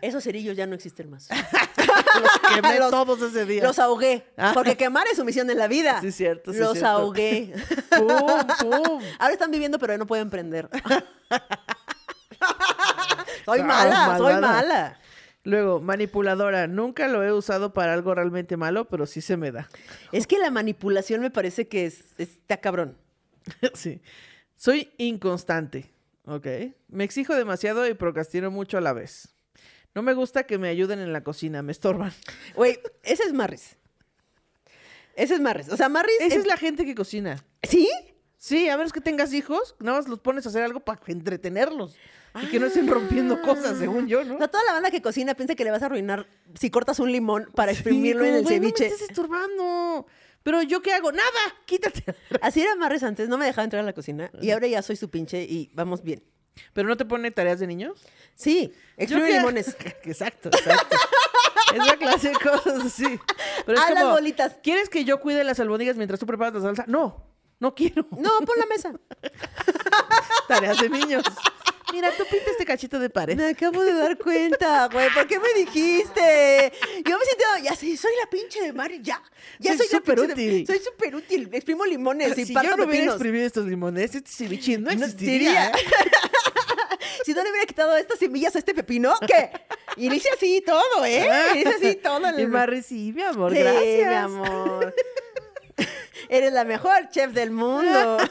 S1: esos cerillos ya no existen más.
S2: Los quemé
S1: Los-
S2: todos ese día.
S1: Los ahogué.
S2: Ah.
S1: Porque quemar es su misión en la vida.
S2: Sí, cierto, sí,
S1: Los
S2: cierto.
S1: ahogué.
S2: ¡Pum, pum!
S1: Ahora están viviendo, pero no pueden prender. soy
S2: Ah,
S1: mala, soy
S2: malvada.
S1: mala.
S2: Luego, manipuladora. Nunca lo he usado para algo realmente malo, pero sí se me da.
S1: Es que la manipulación me parece que es, está cabrón.
S2: sí. Soy inconstante. Ok. Me exijo demasiado y procrastino mucho a la vez. No me gusta que me ayuden en la cocina, me estorban.
S1: Güey, ese es Marris. Ese es Marris. O sea, Marris.
S2: Esa
S1: em-
S2: es la gente que cocina.
S1: ¿Sí?
S2: Sí, a menos que tengas hijos, nada más los pones a hacer algo para entretenerlos. Y que no estén rompiendo cosas, según yo, ¿no?
S1: Ah. No, toda la banda que cocina piensa que le vas a arruinar si cortas un limón para
S2: Sí,
S1: exprimirlo en
S2: como,
S1: el
S2: "Güey,
S1: ceviche.
S2: No me estás estorbando. Pero yo qué hago? Nada, quítate.
S1: Así era Marris antes, no me dejaba entrar a la cocina. Y ahora ya soy su pinche y vamos bien.
S2: Pero no te pone tareas de niños?
S1: Sí,
S2: Yo
S1: exprime
S2: que-
S1: limones.
S2: Exacto, exacto. Es la clase de cosas así. Pero es
S1: a Ah, las
S2: como,
S1: bolitas.
S2: ¿quieres que yo cuide las albóndigas mientras tú preparas la salsa? No, no quiero.
S1: No, pon la mesa.
S2: Tareas de niños. Mira, tú pinta este cachito de pared.
S1: Me acabo de dar cuenta, güey. ¿Por qué me dijiste? Yo me sentía, ya sí, soy la pinche de Mario, ya. Ya
S2: Soy
S1: soy,
S2: súper
S1: la pinche de-
S2: útil.
S1: soy súper útil. Exprimo limones y
S2: si
S1: parto
S2: yo no hubiera
S1: pepinos.
S2: exprimido estos limones, este ceviche no
S1: No
S2: existiría.
S1: existiría.
S2: ¿eh?
S1: Si no le hubiera quitado estas semillas a este pepino, ¿qué? Y le hice así todo, ¿eh? Le hice así todo.
S2: Ah. Y
S1: el-
S2: Marry, sí, mi amor,
S1: Sí,
S2: gracias.
S1: mi amor. Eres la mejor chef del mundo.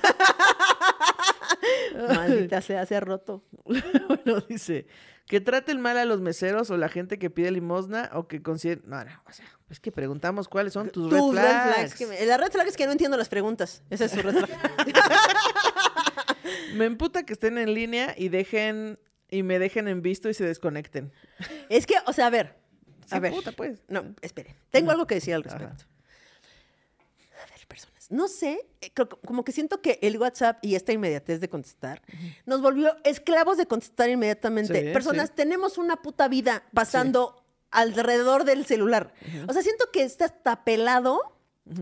S1: Maldita sea, se ha roto.
S2: Bueno, dice, que traten mal a los meseros o la gente que pide limosna o que consideren... No, no, o sea, es que preguntamos cuáles son tus, red flags.
S1: que me- La red flag es que no entiendo las preguntas. Esa es su red flag.
S2: me... emputa que estén en línea y dejen... Y me dejen en visto y se desconecten.
S1: Es que, o sea, a ver.
S2: Sí,
S1: A ver.
S2: puta, pues.
S1: No, espere. Tengo algo que decir al respecto. A ver, personas. No sé, eh, creo que- como que siento que el WhatsApp y esta inmediatez de contestar nos volvió esclavos de contestar inmediatamente.
S2: Sí,
S1: personas,
S2: sí.
S1: tenemos una puta vida pasando alrededor del celular. O sea, siento que está hasta pelado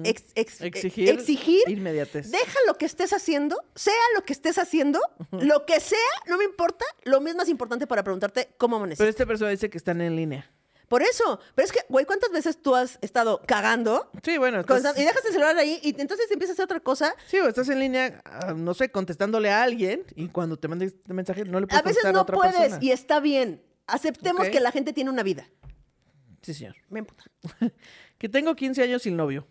S1: ex- ex-
S2: Exigir,
S1: exigir
S2: inmediatez.
S1: Deja lo que estés haciendo, sea lo que estés haciendo, lo que sea, no me importa, lo mismo es importante para preguntarte cómo amaneces.
S2: Pero esta persona dice que están en línea.
S1: Por eso, pero es que, güey, ¿cuántas veces tú has estado cagando
S2: Sí, bueno.
S1: Constant-
S2: estás-
S1: y dejas el celular ahí y entonces empiezas a hacer otra cosa?
S2: Sí, o estás en línea, ah, no sé, contestándole a alguien y cuando te mandes este mensaje no le puedes
S1: A veces
S2: contestar a
S1: no
S2: otra
S1: puedes
S2: persona.
S1: y está bien. Aceptemos
S2: Ok.
S1: que la gente tiene una vida.
S2: Sí, señor.
S1: Me emputa.
S2: Que tengo 15 años sin novio.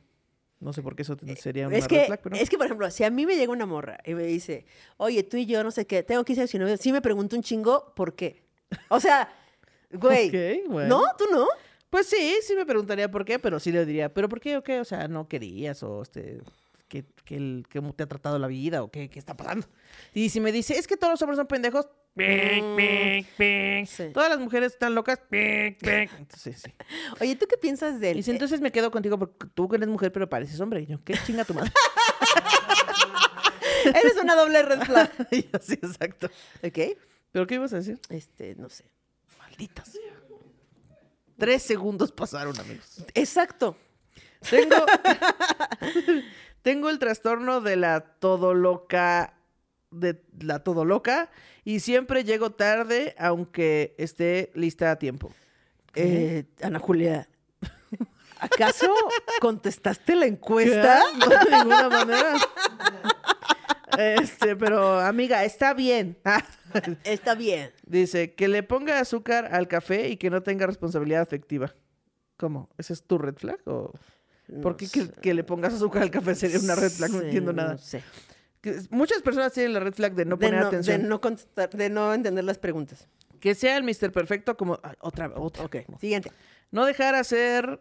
S2: No sé por qué eso te- sería una
S1: Eh, Es
S2: red
S1: que,
S2: flag, pero...
S1: es que, por ejemplo, si a mí me llega una morra y me dice, oye, tú y yo, no sé qué, tengo 15 años y novio, sí me pregunto un chingo por qué. O sea, güey,
S2: Ok, bueno.
S1: ¿no? ¿Tú no?
S2: Pues sí, sí me preguntaría por qué, pero sí le diría, ¿pero por qué o qué? O sea, ¿no querías o este... Que, que el- que cómo te ha tratado la vida o qué, qué está pasando? Y si me dice, es que todos los hombres son pendejos, ping, ping, ping.
S1: Mm. Sí.
S2: Todas las mujeres están locas, ping, ping. Entonces, sí.
S1: Oye, ¿tú qué piensas
S2: Y
S1: del
S2: dice, entonces me quedo contigo porque tú que eres mujer, pero pareces hombre. Y yo, ¿qué chinga tu madre?
S1: Eres una doble red flag.
S2: Y yo, sí, exacto.
S1: ¿Ok?
S2: ¿Pero qué ibas a decir?
S1: Este, no sé.
S2: Maldita sea. Tres segundos pasaron, amigos.
S1: Exacto.
S2: Tengo, tengo el trastorno de la todo loca, de la todo loca, y siempre llego tarde, aunque esté lista a tiempo.
S1: Eh, Ana Julia, ¿acaso contestaste la encuesta?
S2: No de ninguna manera. Este, pero amiga, está bien. Ah,
S1: Está bien.
S2: Dice que le ponga azúcar al café y que no tenga responsabilidad afectiva. ¿Cómo? ¿Esa es tu red flag? ¿O ¿Por
S1: No
S2: qué
S1: sé.
S2: que, que le pongas azúcar al café sería una red flag? No
S1: Sí,
S2: entiendo nada.
S1: No sé.
S2: Que es- muchas personas tienen la red flag de no
S1: de,
S2: poner
S1: no,
S2: atención.
S1: de no contestar, de no entender las preguntas.
S2: Que sea el Mr. Perfecto como... ah, otra, otra.
S1: Ok, siguiente.
S2: No dejar hacer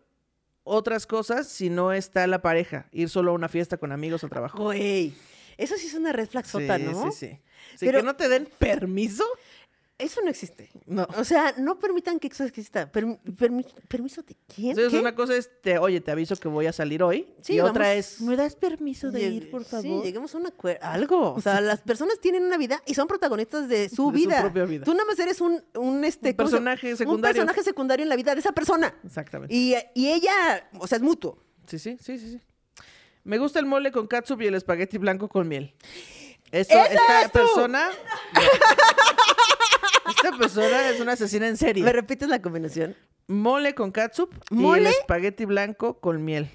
S2: otras cosas si no está la pareja. Ir solo a una fiesta con amigos al trabajo.
S1: Güey, eso sí es una red flag Ah, sota,
S2: sí,
S1: ¿no?
S2: sí, sí. Sí,
S1: Pero-
S2: que no te den permiso.
S1: Eso no existe.
S2: No.
S1: O sea, no permitan que eso exista. Permi- permi- ¿Permiso de quién?
S2: Entonces,
S1: ¿Qué?
S2: una cosa es, te, oye, te aviso que voy a salir hoy.
S1: Sí,
S2: y otra
S1: vamos.
S2: es,
S3: ¿Me das permiso de
S1: Lleg-
S3: ir, por
S1: Sí,
S3: favor?
S1: lleguemos a un acuerdo. Algo. O sea, las personas tienen una vida y son protagonistas de su
S2: De su
S1: vida.
S2: propia vida.
S1: Tú nomás eres un, un, este,
S2: Un
S1: ¿cómo se-
S2: personaje
S1: Un
S2: secundario.
S1: personaje secundario en la vida de esa persona.
S2: Exactamente.
S1: Y, y ella, o sea, es mutuo.
S2: Sí, sí, sí, sí, sí. Me gusta el mole con katsup y el espagueti blanco con miel. Esto,
S1: ¡Esa
S2: esta
S1: eres tú!
S2: persona. esta persona es una asesina en serie.
S1: ¿Me repites la combinación?
S2: Mole con katsup y el
S1: ¿Mole?
S2: espagueti blanco con miel.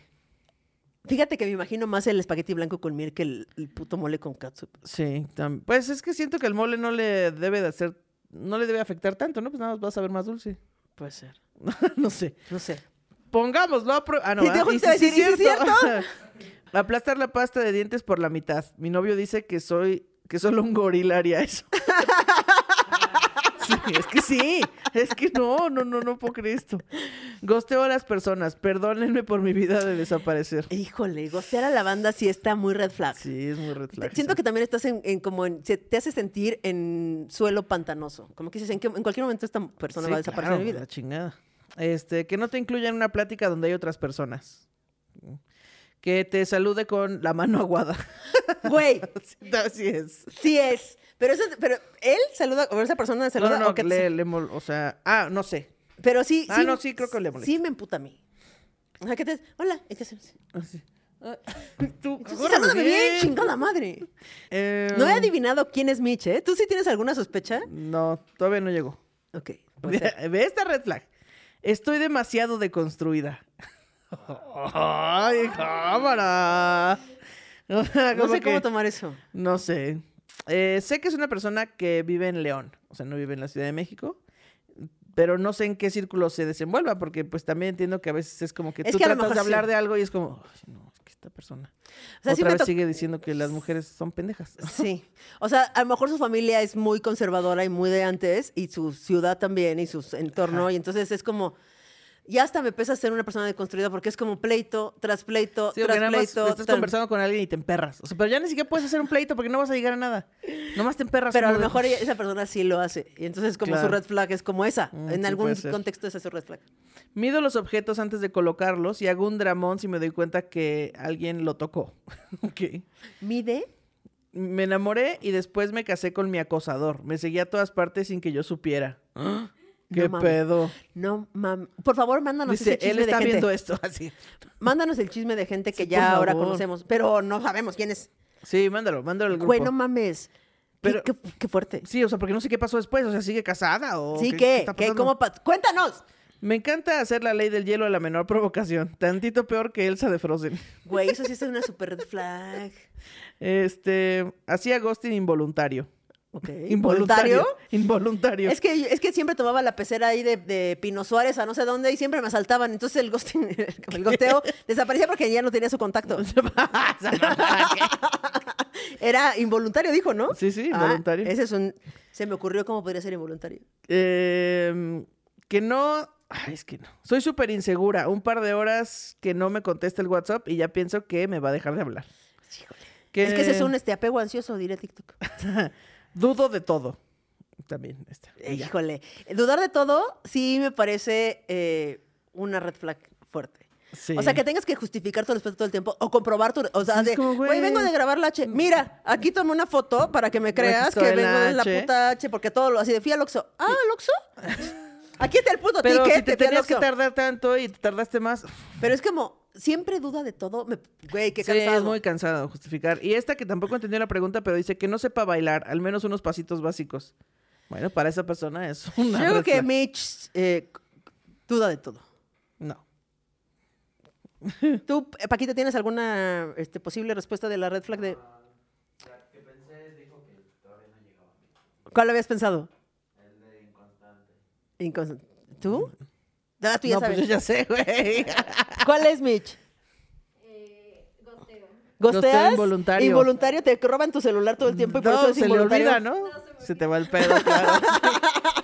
S1: Fíjate que me imagino más el espagueti blanco con miel que el, el puto mole con catsup.
S2: Sí, tam- pues es que siento que el mole no le debe de hacer, no le debe afectar tanto, ¿no? Pues nada más vas a ver más dulce.
S1: Puede ser.
S2: no sé.
S1: No sé.
S2: Pongámoslo a prueba. Ah, no,
S1: Sí,
S2: ah,
S1: te
S2: y
S1: justo iba a
S2: sí, sí,
S1: decir, ¿y sí es
S2: Aplastar la pasta de dientes por la mitad. Mi novio dice que soy, que solo un gorila haría eso. Sí, es que sí, es que no, no, no, no puedo creer esto. Gosteo a las personas, perdónenme por mi vida de desaparecer.
S1: Híjole, gostear a la banda sí está muy red flag.
S2: Sí, es muy red
S1: Te-
S2: flag,
S1: Siento
S2: sí.
S1: que también estás en, en como en, se- te hace sentir en suelo pantanoso. Como que dices, en, que- en cualquier momento esta persona
S2: Sí,
S1: va a desaparecer de mi
S2: claro,
S1: vida.
S2: La chingada. Este, que no te incluya en una plática donde hay otras personas. Que te salude con la mano aguada.
S1: Güey,
S2: Así es.
S1: sí es. Pero, eso, pero él saluda, o esa persona saluda.
S2: no, no,
S1: o que te-
S2: le- le mol- o sea, ah, no sé.
S1: Pero sí.
S2: Ah, no, sí, creo que le molesta.
S1: Sí me emputa a mí. O sea, que te. Hola. ¿y qué haces?
S2: Tú,
S1: Tú sí
S2: agárralo
S1: salúdame bien,
S2: bien.
S1: chingada madre.
S2: Eh,
S1: No he adivinado quién es Mitch, ¿eh? ¿Tú sí tienes alguna sospecha?
S2: No, todavía no llegó.
S1: Ok. puede ser.
S2: Ve esta red flag. Estoy demasiado deconstruida. ¡Ay, cámara! O sea,
S1: No
S2: como
S1: sé
S2: que-
S1: cómo tomar eso.
S2: No sé. Eh, sé que es una persona que vive en León, o sea, no vive en la Ciudad de México, pero no sé en qué círculo se desenvuelva, porque pues también entiendo que a veces es como que
S1: Es
S2: tú
S1: que a lo
S2: tratas de
S1: mejor sí.
S2: hablar de algo y es como, "Ay, no, es que esta persona
S1: O sea, sí
S2: otra
S1: me
S2: vez
S1: to-
S2: sigue diciendo que las mujeres son pendejas.
S1: Sí. O sea, a lo mejor su familia es muy conservadora y muy de antes, y su ciudad también, y su entorno, y entonces es como. Ya hasta me pesa ser una persona deconstruida porque es como pleito tras pleito
S2: Sí, o
S1: tras
S2: que nada más
S1: pleito.
S2: estás
S1: tras-
S2: conversando con alguien y te emperras. O sea, pero ya ni siquiera puedes hacer un pleito porque no vas a llegar a nada. Nomás te emperras.
S1: Pero a lo
S2: como de- "Pues,
S1: mejor ella- esa persona sí lo hace. Y entonces como su
S2: Claro.
S1: red flag es como esa.
S2: Mm,
S1: en
S2: sí,
S1: algún
S2: puede ser.
S1: contexto esa es su red flag.
S2: Mido los objetos antes de colocarlos y hago un dramón si me doy cuenta que alguien lo tocó. ok.
S1: Mide.
S2: Me enamoré y después me casé con mi acosador. Me seguía a todas partes sin que yo supiera. ¿Qué
S1: mames.
S2: pedo?
S1: No, mam. Por favor, mándanos
S2: Dice,
S1: ese chisme
S2: él
S1: de
S2: está
S1: gente.
S2: viendo esto así.
S1: Mándanos el chisme de gente que
S2: Sí,
S1: ya
S2: por
S1: ahora
S2: favor.
S1: conocemos, pero no sabemos quién es.
S2: Sí, mándalo, mándalo al grupo.
S1: Güey, no mames. Qué-
S2: Pero-
S1: qué, qué fuerte.
S2: Sí, o sea, porque no sé qué pasó después. O sea, sigue casada o.
S1: Sí,
S2: qué- qué
S1: que,
S2: está
S1: que,
S2: pasando?
S1: ¿cómo pa- ¡Cuéntanos!
S2: Me encanta hacer la ley del hielo a la menor provocación. Tantito peor que Elsa de Frozen.
S1: Güey, eso sí es una super red flag.
S2: Este. Hacía ghosting involuntario.
S1: Ok.
S2: Involuntario.
S1: ¿Voluntario?
S2: Involuntario.
S1: Es que, es que siempre tomaba la pecera ahí de, de Pino Suárez a no sé dónde y siempre me asaltaban. Entonces el, ghosting, el gosteo desaparecía porque ya no tenía su contacto. Era involuntario, dijo, ¿no?
S2: Sí, sí,
S1: Ah,
S2: involuntario.
S1: ese es un. Se me ocurrió cómo podría ser involuntario.
S2: Em, que no. Ay, es que no. Soy súper insegura. Un par de horas que no me contesta el WhatsApp y ya pienso que me va a dejar de hablar. Que
S1: Es que ese es un este, apego ansioso, diría TikTok.
S2: Dudo de todo. También está. Y ya.
S1: Híjole. Dudar de todo sí me parece eh, una red flag fuerte.
S2: Sí.
S1: O sea, que tengas que justificar tu respeto todo el tiempo o comprobar tu. O sea,
S2: Sí, es
S1: de.
S2: como,
S1: Güey,
S2: güey. mm.
S1: vengo de grabar la H. Mira, aquí tomé una foto para que me creas
S2: estoy
S1: que
S2: en
S1: vengo
S2: la
S1: de la
S2: H.
S1: puta H, porque todo lo. Así de fui al Oxxo. Ah, ¿al Oxxo? Aquí está el puto
S2: Pero
S1: ticket.
S2: si te
S1: te fui al
S2: tenías que
S1: Oxxo.
S2: tardar tanto y te tardaste más.
S1: Pero es como, siempre duda de todo. me- Güey, qué
S2: Sí,
S1: cansado.
S2: es muy cansado justificar. Y esta que tampoco entendió la pregunta, pero dice que no sepa bailar, al menos unos pasitos básicos. Bueno, para esa persona es
S1: Yo
S2: una.
S1: creo
S2: red
S1: que
S2: flag.
S1: Mitch eh, duda de todo.
S2: No.
S1: ¿Tú, eh, Paquita, tienes alguna este, posible respuesta de la red flag de...? ¿Cuál habías pensado? El de inconstante. ¿Tú? Ah, tú ya
S2: no,
S1: sabes.
S2: pues yo ya sé, güey.
S1: ¿Cuál es, Mitch? Gosteo.
S2: Gosteo
S1: ¿Gosteas?
S2: involuntario.
S1: Involuntario, te roban tu celular todo el tiempo y por eso
S2: No,
S1: es
S2: se le
S1: involuntario.
S2: olvida, ¿no? se te va el pedo, claro.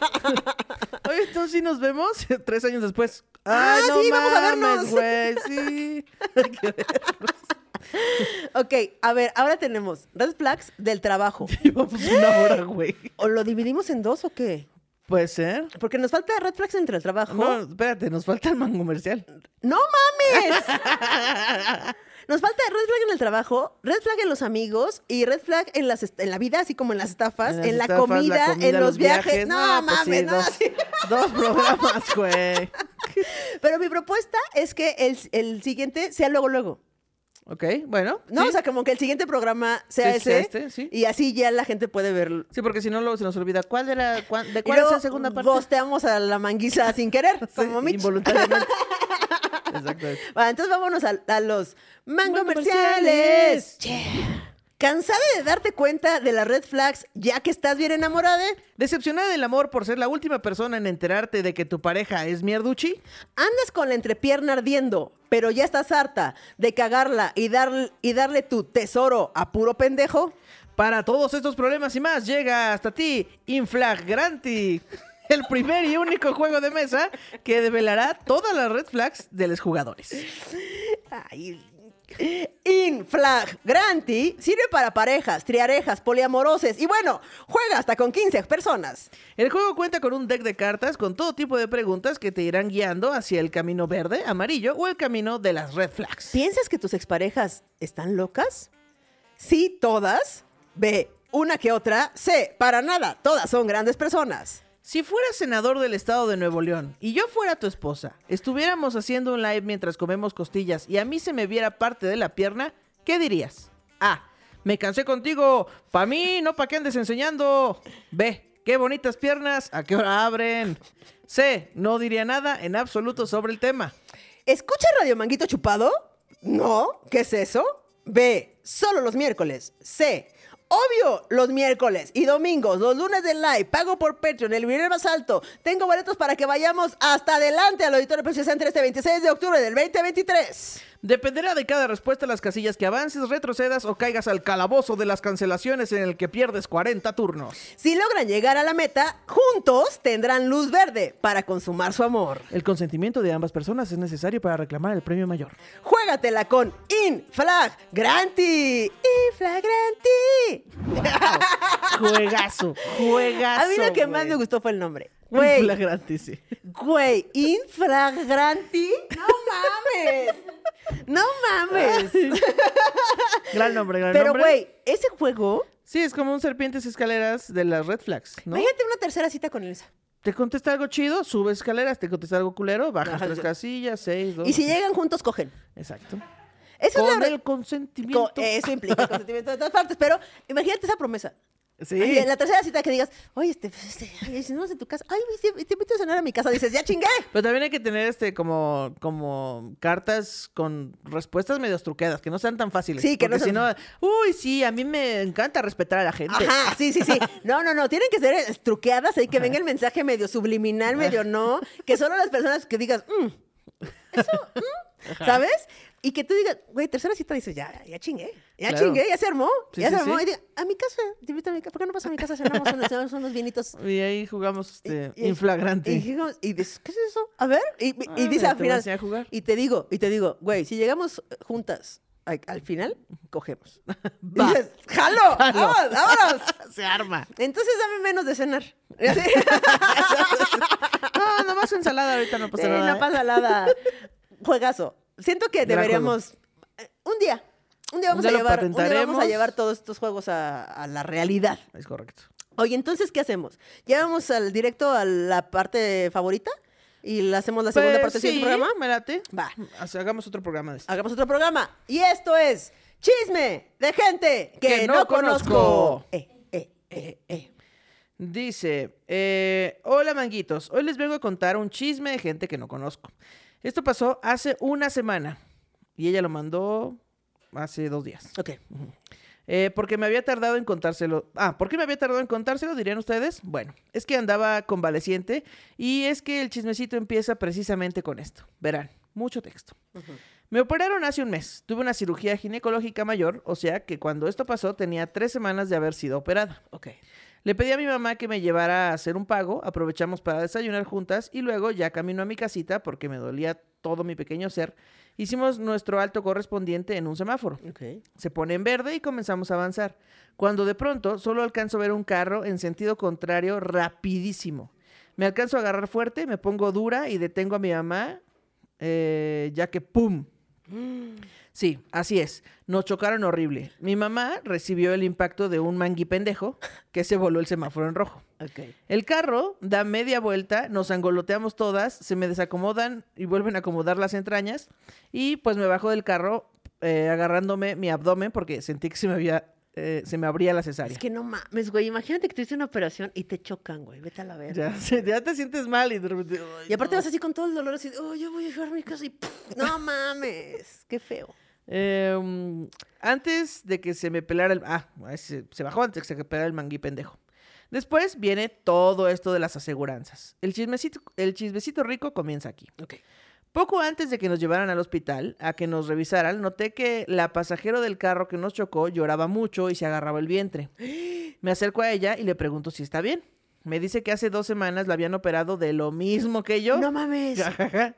S2: Oye, entonces sí nos vemos tres años después.
S1: Ah, sí, vamos a vernos.
S2: güey, sí.
S1: Ok, a ver, ahora tenemos red flags del trabajo.
S2: Llevamos una hora, güey.
S1: ¿O lo dividimos en dos o qué?
S2: ¿Puede ser?
S1: Porque nos falta red flags entre el trabajo.
S2: No, espérate, nos falta el man comercial.
S1: ¡No mames! Nos falta red flag en el trabajo, red flag en los amigos y red flag en, las est- en la vida, así como en las estafas, en,
S2: las
S1: la,
S2: estafas,
S1: comida, en los, viajes. No,
S2: pues sí,
S1: mames, no.
S2: dos,
S1: sí.
S2: dos programas, güey.
S1: Pero mi propuesta es que el, el siguiente sea luego, luego.
S2: Ok, bueno.
S1: No,
S2: sí.
S1: o sea, como que el siguiente programa sea
S2: Sí,
S1: ese.
S2: sea este, sí.
S1: Y así ya la gente puede verlo.
S2: Sí, porque si no, luego se nos olvida. ¿Cuál era, cuán- ¿De
S1: Y
S2: cuál es la
S1: luego
S2: segunda parte?
S1: gosteamos a la manguisa sin querer,
S2: Sí,
S1: como Mitch.
S2: Involuntariamente. Exactamente.
S1: Bueno, entonces vámonos a, a los mangomerciales.
S2: Mancomerciales.
S1: Yeah. ¿Cansada de darte cuenta de las red flags ya que estás bien enamorada?
S2: ¿Decepcionada del amor por ser la última persona en enterarte de que tu pareja es mierduchi?
S1: ¿Andas con la entrepierna ardiendo, pero ya estás harta de cagarla y, dar- y darle tu tesoro a puro pendejo?
S2: Para todos estos problemas y más, llega hasta ti Inflagranti, el primer y único juego de mesa que develará todas las red flags de los jugadores.
S1: Ay. Inflagranti sirve para parejas, triarejas, poliamoroses y bueno, juega hasta con 15 personas.
S2: El juego cuenta con un deck de cartas con todo tipo de preguntas que te irán guiando hacia el camino verde, amarillo o el camino de las red flags.
S1: ¿Piensas que tus exparejas están locas? Sí, todas. B, una que otra. C, para nada. Todas son grandes personas.
S2: Si fueras senador del estado de Nuevo León y yo fuera tu esposa, estuviéramos haciendo un live mientras comemos costillas y a mí se me viera parte de la pierna, ¿qué dirías? A. Me cansé contigo. Pa' mí, no pa' que andes enseñando. B. Qué bonitas piernas. ¿A qué hora abren? C. No diría nada en absoluto sobre el tema.
S1: ¿Escucha Radio Manguito Chupado? No, ¿qué es eso? B, solo los miércoles. C, obvio, los miércoles y domingos, los lunes del live, pago por Patreon, el nivel más alto. Tengo boletos para que vayamos hasta adelante al Auditorio Precio Center este 26 de octubre del 2023.
S2: Dependerá de cada respuesta las casillas que avances, retrocedas o caigas al calabozo de las cancelaciones en el que pierdes 40 turnos.
S1: Si logran llegar a la meta, juntos tendrán luz verde para consumar su amor.
S2: El consentimiento de ambas personas es necesario para reclamar el premio mayor.
S1: Juégatela con Inflagranti. Inflagranti.
S2: Juegazo, juegazo.
S1: A mí lo que más
S2: güey.
S1: me gustó fue el nombre.
S2: Güey.
S1: Güey, güey, inflagranti. No mames. No
S2: pues.
S1: mames.
S2: Gran nombre, gran
S1: Pero,
S2: nombre.
S1: güey, ese juego.
S2: Sí, es como un serpientes y escaleras de las red flags, ¿no?
S1: Imagínate una tercera cita con Elsa.
S2: Te contesta algo chido, subes escaleras, te contesta algo culero, bajas
S1: Bajas
S2: tres
S1: de-
S2: casillas, seis, dos.
S1: Y si llegan juntos, cogen.
S2: Exacto.
S1: Esa es
S2: Con
S1: la
S2: el
S1: co- eh,
S2: consentimiento.
S1: Eso implica el consentimiento de todas partes. Pero imagínate esa promesa.
S2: Sí.
S1: Ay, en la tercera cita que digas, oye, este, este, ay, si no vas en tu casa, ay, te, te invito a cenar a mi casa. Dices, ya chingué.
S2: Pero también hay que tener este como, como cartas con respuestas medio truqueadas, que no sean tan fáciles.
S1: Sí, que no
S2: Porque si no, uy, sí, a mí me encanta respetar a la gente.
S1: Ajá, sí, sí, sí. No, no, no, tienen que ser eh, truqueadas ahí que venga el mensaje medio subliminal, medio no, que solo las personas que digas, "Mm, eso, mm", ¿sabes? Y que tú digas, güey, tercera cita dices, ya, ya chingué, ya
S2: Claro.
S1: chingué, ya se armó,
S2: Sí,
S1: ya
S2: sí,
S1: se armó.
S2: sí.
S1: Y diga, a mi casa, te invito a mi casa, ¿por qué no vas a mi casa? Cenamos unos, cenamos unos vienitos.
S2: Y ahí jugamos este,
S1: Y- y-
S2: inflagrante.
S1: Y, dijimos, y dices, ¿qué es eso? A ver, y, y
S2: Ah,
S1: dice al
S2: mira, te voy a
S1: final,
S2: enseñar a jugar.
S1: y te digo, y te digo, güey, si llegamos juntas al, al final, cogemos.
S2: Va.
S1: Y dices, ¡jalo! ¡Vámonos! ¡Vámonos!
S2: Se arma.
S1: Entonces dame menos de cenar. Y así,
S2: No, nomás ensalada ahorita no pasa
S1: sí,
S2: nada.
S1: no
S2: ¿eh?
S1: pasa nada. Juegazo. Siento que
S2: Gran
S1: deberíamos. eh, Un día. Un día vamos,
S2: día
S1: a,
S2: lo
S1: llevar, un día vamos a
S2: patentaremos.
S1: llevar todos estos juegos a, a la realidad.
S2: Es correcto.
S1: Oye, entonces, ¿qué hacemos? ¿Llevamos al directo a la parte favorita? ¿Y la hacemos la segunda
S2: Pues,
S1: parte del
S2: sí,
S1: siguiente programa?
S2: me late.
S1: Va.
S2: O sea, hagamos otro programa de esto.
S1: Hagamos otro programa. Y esto es Chisme de Gente que,
S2: Que
S1: no,
S2: no
S1: conozco.
S2: conozco.
S1: Eh, eh, eh, eh.
S2: Dice, eh, hola manguitos, hoy les vengo a contar un chisme de gente que no conozco. Esto pasó hace una semana y ella lo mandó hace dos días.
S1: Ok.
S2: Eh, porque me había tardado en contárselo. Ah, ¿por qué me había tardado en contárselo? Dirían ustedes. Bueno, es que andaba convaleciente y es que el chismecito empieza precisamente con esto. Verán, mucho texto. Me operaron hace un mes. Tuve una cirugía ginecológica mayor, o sea que cuando esto pasó tenía tres semanas de haber sido operada.
S1: Ok.
S2: Le pedí a mi mamá que me llevara a hacer un pago, aprovechamos para desayunar juntas y luego ya camino a mi casita porque me dolía todo mi pequeño ser. Hicimos nuestro alto correspondiente en un semáforo.
S1: Ok.
S2: Se pone en verde y comenzamos a avanzar. Cuando de pronto solo alcanzo a ver un carro en sentido contrario rapidísimo. Me alcanzo a agarrar fuerte, me pongo dura y detengo a mi mamá, eh, ya que ¡pum! Sí, así es. Nos chocaron horrible. Mi mamá recibió el impacto de un mangui pendejo que se voló el semáforo en rojo.
S1: Ok.
S2: El carro da media vuelta, nos angoloteamos todas, se me desacomodan y vuelven a acomodar las entrañas. Y pues me bajo del carro eh, agarrándome mi abdomen porque sentí que se me había, eh, se me abría la cesárea.
S1: Es que no mames, güey. Imagínate que tuviste una operación y te chocan, güey. Vete a la verga.
S2: ya, se- ya te sientes mal y de repente, "Ay,
S1: Y aparte
S2: no".
S1: vas así con todo el dolor, así, oh, yo voy a llevar mi casa y ¡puf! no mames. Qué feo.
S2: Eh, mm, antes de que se me pelara el... Ah, se, se bajó antes de que se me pelara el manguí pendejo. Después viene todo esto de las aseguranzas. El chismecito, el chismecito rico comienza aquí.
S1: Ok.
S2: Poco antes de que nos llevaran al hospital a que nos revisaran, noté que la pasajero del carro que nos chocó lloraba mucho y se agarraba el vientre. Me acerco a ella y le pregunto si está bien. Me dice que hace dos semanas la habían operado de lo mismo que yo.
S1: No mames.
S2: Jajaja.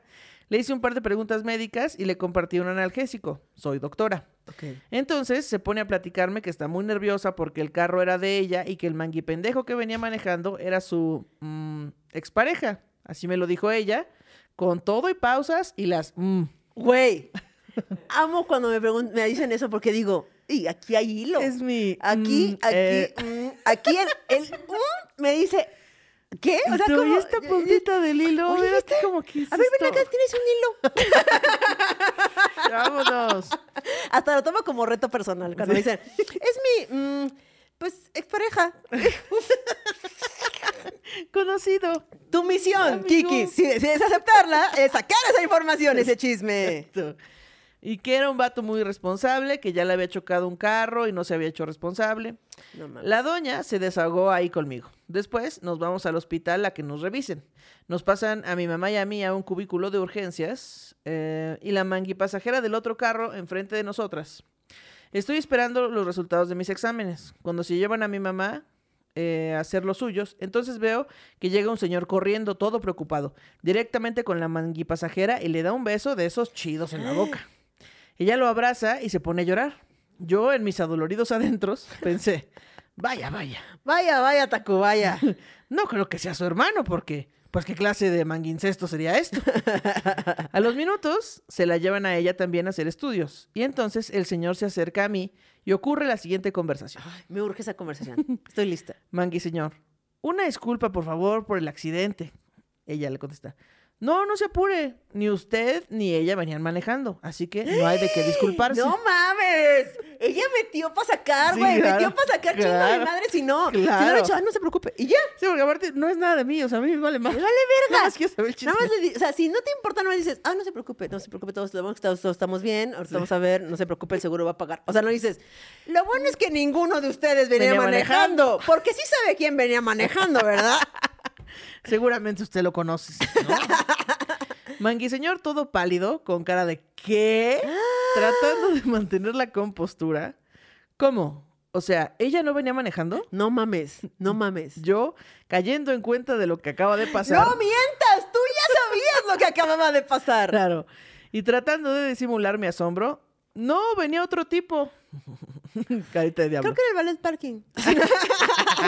S2: le hice un par de preguntas médicas y le compartí un analgésico. Soy doctora. Entonces se pone a platicarme que está muy nerviosa porque el carro era de ella y que el mangui pendejo que venía manejando era su mm, expareja. Así me lo dijo ella, con todo y pausas y las... mm.
S1: Güey. Amo cuando me, pregun- me dicen eso porque digo, y aquí hay hilo.
S2: Es mi...
S1: Aquí,
S2: mm,
S1: aquí,
S2: eh,
S1: mm, aquí el, el mm me dice, ¿Qué? O sea, como... eh,
S2: esta puntita del hilo,
S1: Oye,
S2: era
S1: ¿viste?
S2: como que
S1: A ver, ven acá, tienes un hilo.
S2: Vámonos.
S1: Hasta lo tomo como reto personal cuando me dicen, es mi, mm, pues, expareja.
S2: Conocido.
S1: Tu misión,
S2: Amigo.
S1: Kiki, si decides aceptarla, es sacar esa información, ese chisme.
S2: Exacto. Y que era un vato muy responsable, que ya le había chocado un carro y no se había hecho responsable.
S1: No mames.
S2: La doña se desahogó ahí conmigo. Después nos vamos al hospital a que nos revisen. Nos pasan a mi mamá y a mí a un cubículo de urgencias eh, y la mangui pasajera del otro carro enfrente de nosotras. Estoy esperando los resultados de mis exámenes. Cuando se llevan a mi mamá eh, a hacer los suyos, entonces veo que llega un señor corriendo todo preocupado, directamente con la mangui pasajera y le da un beso de esos chidos en la boca. Ella lo abraza y se pone a llorar. Yo, en mis adoloridos adentros, pensé, vaya, vaya,
S1: Vaya, vaya, Tacubaya.
S2: no creo que sea su hermano, porque, pues, ¿qué clase de manguincesto sería esto? a los minutos se la llevan a ella también a hacer estudios. Y entonces el señor se acerca a mí y ocurre la siguiente conversación.
S1: Ay, me urge esa conversación. Estoy lista.
S2: Mangui, señor, una disculpa, por favor, por el accidente. Ella le contesta. No, no se apure. Ni usted ni ella venían manejando. Así que no hay de qué disculparse.
S1: ¡No mames! Ella metió para sacar,
S2: Sí,
S1: güey.
S2: claro,
S1: metió para sacar chingo de
S2: claro,
S1: mi madre si no. Si no
S2: claro.
S1: hubiera dicho, "Ay, no se preocupe. Y ya,
S2: Sí, porque aparte no es nada de mí. O sea, a mí me vale más.
S1: me vale verga.
S2: Nada más quiero saber el chisme.
S1: Nada más le di- o sea, si no te importa, no me dices, ah, no se preocupe, no se preocupe, todos estamos, todos estamos bien, ahorita vamos a ver, no se preocupe, el seguro va a pagar. O sea, no dices, lo bueno es que ninguno de ustedes venía,
S2: Venía
S1: manejando, porque sí sabe quién venía manejando, ¿verdad?
S2: Seguramente usted lo conoce. ¿no? Mangui señor todo pálido, con cara de ¿qué?
S1: Ah.
S2: Tratando de mantener la compostura. ¿Cómo? O sea, ¿ella no venía manejando?
S1: no mames, no mames.
S2: Yo, cayendo en cuenta de lo que acaba de pasar.
S1: No mientas, tú ya sabías lo que acababa de pasar.
S2: Claro. Y tratando de disimular mi asombro, no, venía otro tipo. Carita de
S1: Creo
S2: diablo.
S1: que era el ballet parking.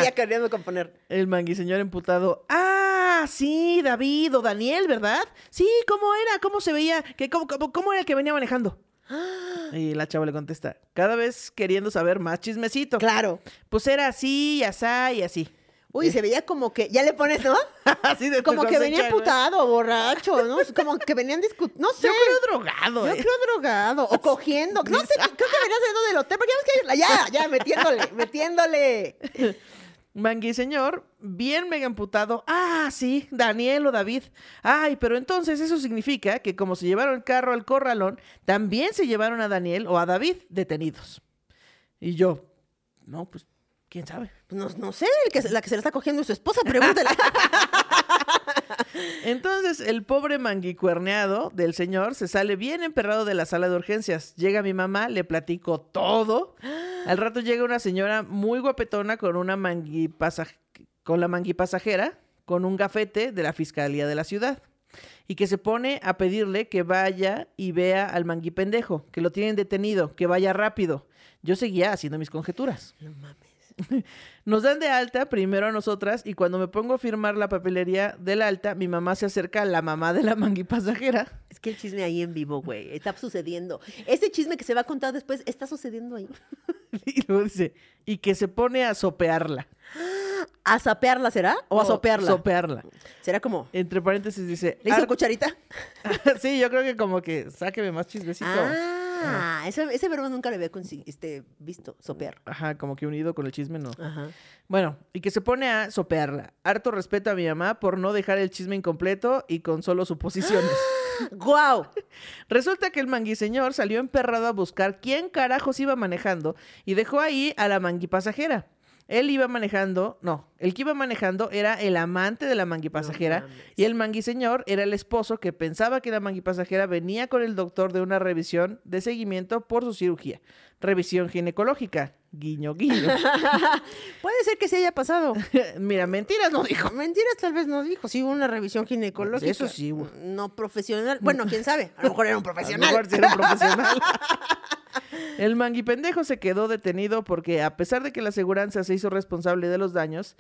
S1: ya queriendo componer.
S2: El manguiseñor emputado. Ah, sí, David o Daniel, ¿verdad? Sí, ¿cómo era? ¿Cómo se veía? ¿Qué, cómo, cómo- cómo era el que venía manejando? Y la chava le contesta, cada vez queriendo saber más chismecito.
S1: Claro.
S2: Pues era así, y asá, y así.
S1: Uy, se veía como que, ya le pones, ¿no?
S2: así de tu
S1: Como que venía
S2: cosecha, ¿no?
S1: putado, borracho, ¿no? Como que venían discutiendo, no sé.
S2: Yo creo drogado.
S1: Yo
S2: ¿eh?
S1: creo drogado o cogiendo. No sé, creo que venía saliendo del hotel, porque ya ves que ya, ya, metiéndole, metiéndole.
S2: Manguiseñor, bien mega amputado. Ah, sí, Daniel o David. Ay, pero entonces eso significa que como se llevaron el carro al corralón, también se llevaron a Daniel o a David detenidos. Y yo, no, pues, quién sabe.
S1: Pues No, no sé, el que, se- la que se la está cogiendo es su esposa, pregúntale.
S2: Entonces, el pobre manguicuerneado del señor se sale bien emperrado de la sala de urgencias. Llega mi mamá, le platico todo. Al rato llega una señora muy guapetona con una mangui pasa- con la mangui pasajera, con un gafete de la fiscalía de la ciudad. Y que se pone a pedirle que vaya y vea al mangui pendejo, que lo tienen detenido, que vaya rápido. Yo seguía haciendo mis conjeturas.
S1: No mames.
S2: Nos dan de alta primero a nosotras y cuando me pongo a firmar la papelería del alta, mi mamá se acerca a la mamá de la mangui pasajera.
S1: Es que el chisme ahí en vivo, güey, está sucediendo. Ese chisme que se va a contar después está sucediendo ahí.
S2: Y luego dice, y que se pone a sopearla.
S1: ¿A sapearla será? ¿O Ah, a sopearla?
S2: Sopearla.
S1: será como,
S2: Entre paréntesis dice.
S1: ¿le hizo
S2: "Ar-
S1: cucharita?
S2: sí, yo creo que como que sáqueme más chismecito.
S1: Ah, ese, ese verbo nunca lo había consi- este, visto, sopear.
S2: Ajá, como que unido con el chisme, no.
S1: Ajá.
S2: Bueno, y que se pone a sopearla. Harto respeto a mi mamá por no dejar el chisme incompleto y con solo suposiciones.
S1: ¡Guau!
S2: Resulta que el manguiseñor salió emperrado a buscar quién carajos iba manejando y dejó ahí a la mangui pasajera. Él iba manejando, no, el que iba manejando era el amante de la mangui pasajera
S1: mames.
S2: y el manguiseñor era el esposo que pensaba que la mangui pasajera venía con el doctor de una revisión de seguimiento por su cirugía, revisión ginecológica, guiño guiño.
S1: Puede ser que se haya pasado.
S2: Mira, mentiras no dijo.
S1: Mentiras tal vez no dijo, sí hubo una revisión ginecológica.
S2: Eso sí hubo.
S1: No profesional. Bueno, quién sabe, a lo mejor era un profesional.
S2: A lo mejor sí era un profesional. El manguipendejo se quedó detenido porque, a pesar de que la aseguranza se hizo responsable de los daños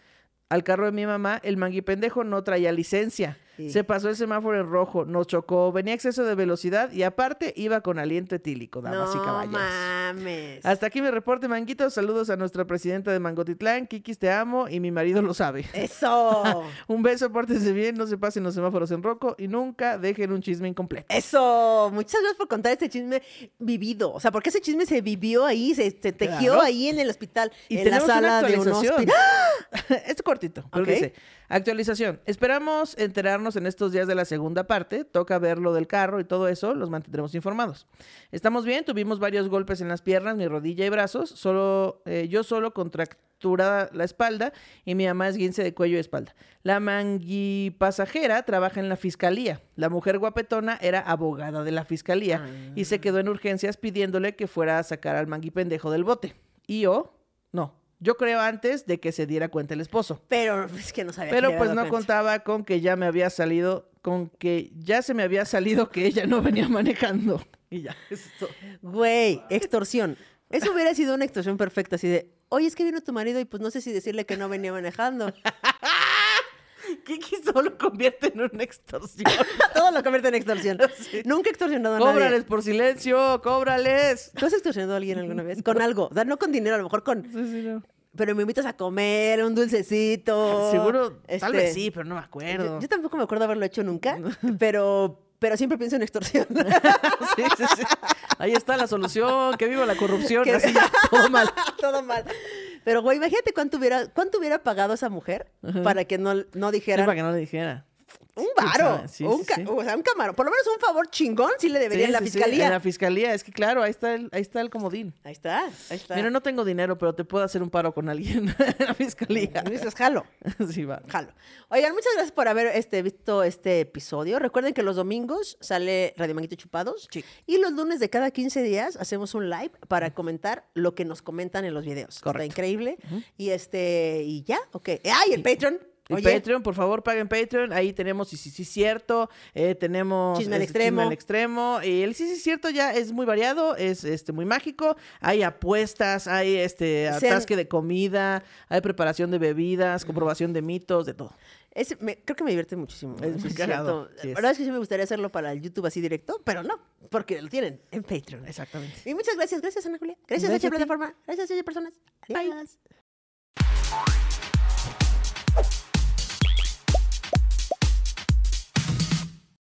S2: al carro de mi mamá, el manguipendejo no traía licencia.
S1: Sí.
S2: Se pasó el semáforo en rojo, nos chocó, venía a exceso de velocidad y aparte iba con aliento etílico, damas y
S1: no
S2: caballeros.
S1: mames.
S2: Hasta aquí mi reporte, Manguitos. Saludos a nuestra presidenta de Mangotitlán. Kikis, te amo y mi marido lo sabe.
S1: Eso.
S2: Un beso, pórtense bien, no se pasen los semáforos en rojo y nunca dejen un chisme incompleto.
S1: Eso, muchas gracias por contar este chisme vivido. O sea, porque ese chisme se vivió ahí, se, se tejió
S2: Claro.
S1: ahí en el hospital,
S2: Y
S1: en la
S2: tenemos una
S1: sala de un
S2: actualización. ¡Ah!
S1: hospital.
S2: es cortito, pero
S1: Ok.
S2: dice, actualización. Esperamos enterarnos en estos días de la segunda parte. Toca ver lo del carro y todo eso, los mantendremos informados. Estamos bien, tuvimos varios golpes en las piernas, mi rodilla y brazos. Solo, eh, yo solo contractura la espalda y mi mamá es guince de cuello y espalda. La mangui pasajera trabaja en la fiscalía. La mujer guapetona era abogada de la fiscalía y se quedó en urgencias pidiéndole que fuera a sacar al mangui pendejo del bote. Y oh, o no. Yo creo antes de que se diera cuenta el esposo.
S1: Pero es que no sabía. que le
S2: Pero
S1: había
S2: pues
S1: dado
S2: no
S1: cáncer.
S2: contaba con que ya me había salido, con que ya se me había salido que ella no venía manejando. Y ya, eso es todo.
S1: Güey, extorsión. Eso hubiera sido una extorsión perfecta, así de, oye, es que vino tu marido y pues no sé si decirle que no venía manejando.
S2: Kiki solo convierte en una extorsión.
S1: Todo lo convierte en extorsión.
S2: Sí.
S1: Nunca he extorsionado a nadie.
S2: cóbrales por silencio, cóbrales.
S1: ¿Tú has extorsionado a alguien alguna vez? Con algo. O sea, no con dinero, a lo mejor con... Pero me invitas a comer, un dulcecito.
S2: Seguro,
S1: este,
S2: tal vez sí, pero no me
S1: Yo,
S2: acuerdo.
S1: yo tampoco me acuerdo haberlo hecho nunca, pero, pero siempre pienso en extorsión.
S2: Sí, sí, sí. Ahí está la solución, que viva la corrupción.
S1: Que-
S2: Así ya, todo mal.
S1: Todo mal. Pero, güey, imagínate cuánto hubiera, cuánto hubiera pagado esa mujer para que no, no
S2: Sí,
S1: dijera
S2: para que no le dijera.
S1: un
S2: quién
S1: varo,
S2: sabe. Sí,
S1: un
S2: sí,
S1: ca-
S2: sí.
S1: o sea, un camarón. Por lo menos un favor chingón sí le debería
S2: Sí,
S1: la
S2: sí, sí,
S1: fiscalía.
S2: en la fiscalía, es que claro, ahí está el, ahí está el comodín.
S1: Ahí está, ahí está.
S2: Mira, no tengo dinero, pero te puedo hacer un paro con alguien en la fiscalía.
S1: Dices, jalo.
S2: Sí, va.
S1: Jalo. Oigan, muchas gracias por haber este, visto este episodio. Recuerden que los domingos sale Radio Manguito Chupados. Y los lunes de cada 15 días hacemos un live para comentar lo que nos comentan en los videos.
S2: Correcto.
S1: Está increíble. Y este, y ya, ok. ¡Ay, el Patreon!
S2: Y
S1: Oye,
S2: Patreon, por favor, paguen Patreon. Ahí tenemos Sí, sí, sí, cierto. eh, tenemos
S1: Chisme al
S2: este,
S1: extremo.
S2: al extremo. Y el sí, sí, cierto ya es muy variado, es este muy mágico. Hay apuestas, hay este
S1: Sean-
S2: atasque de comida, hay preparación de bebidas, comprobación de mitos, de todo.
S1: ese me- creo que me divierte muchísimo.
S2: Es muy cagado,
S1: cierto.
S2: sí
S1: La
S2: es.
S1: verdad es que sí me gustaría hacerlo para el YouTube así directo, pero no, porque lo tienen en Patreon.
S2: Exactamente.
S1: Y muchas gracias, gracias Ana Julia. Gracias,
S2: Gracias
S1: H
S2: a ti.
S1: Plataforma. Gracias, H Personas.
S2: Bye.
S1: Adiós.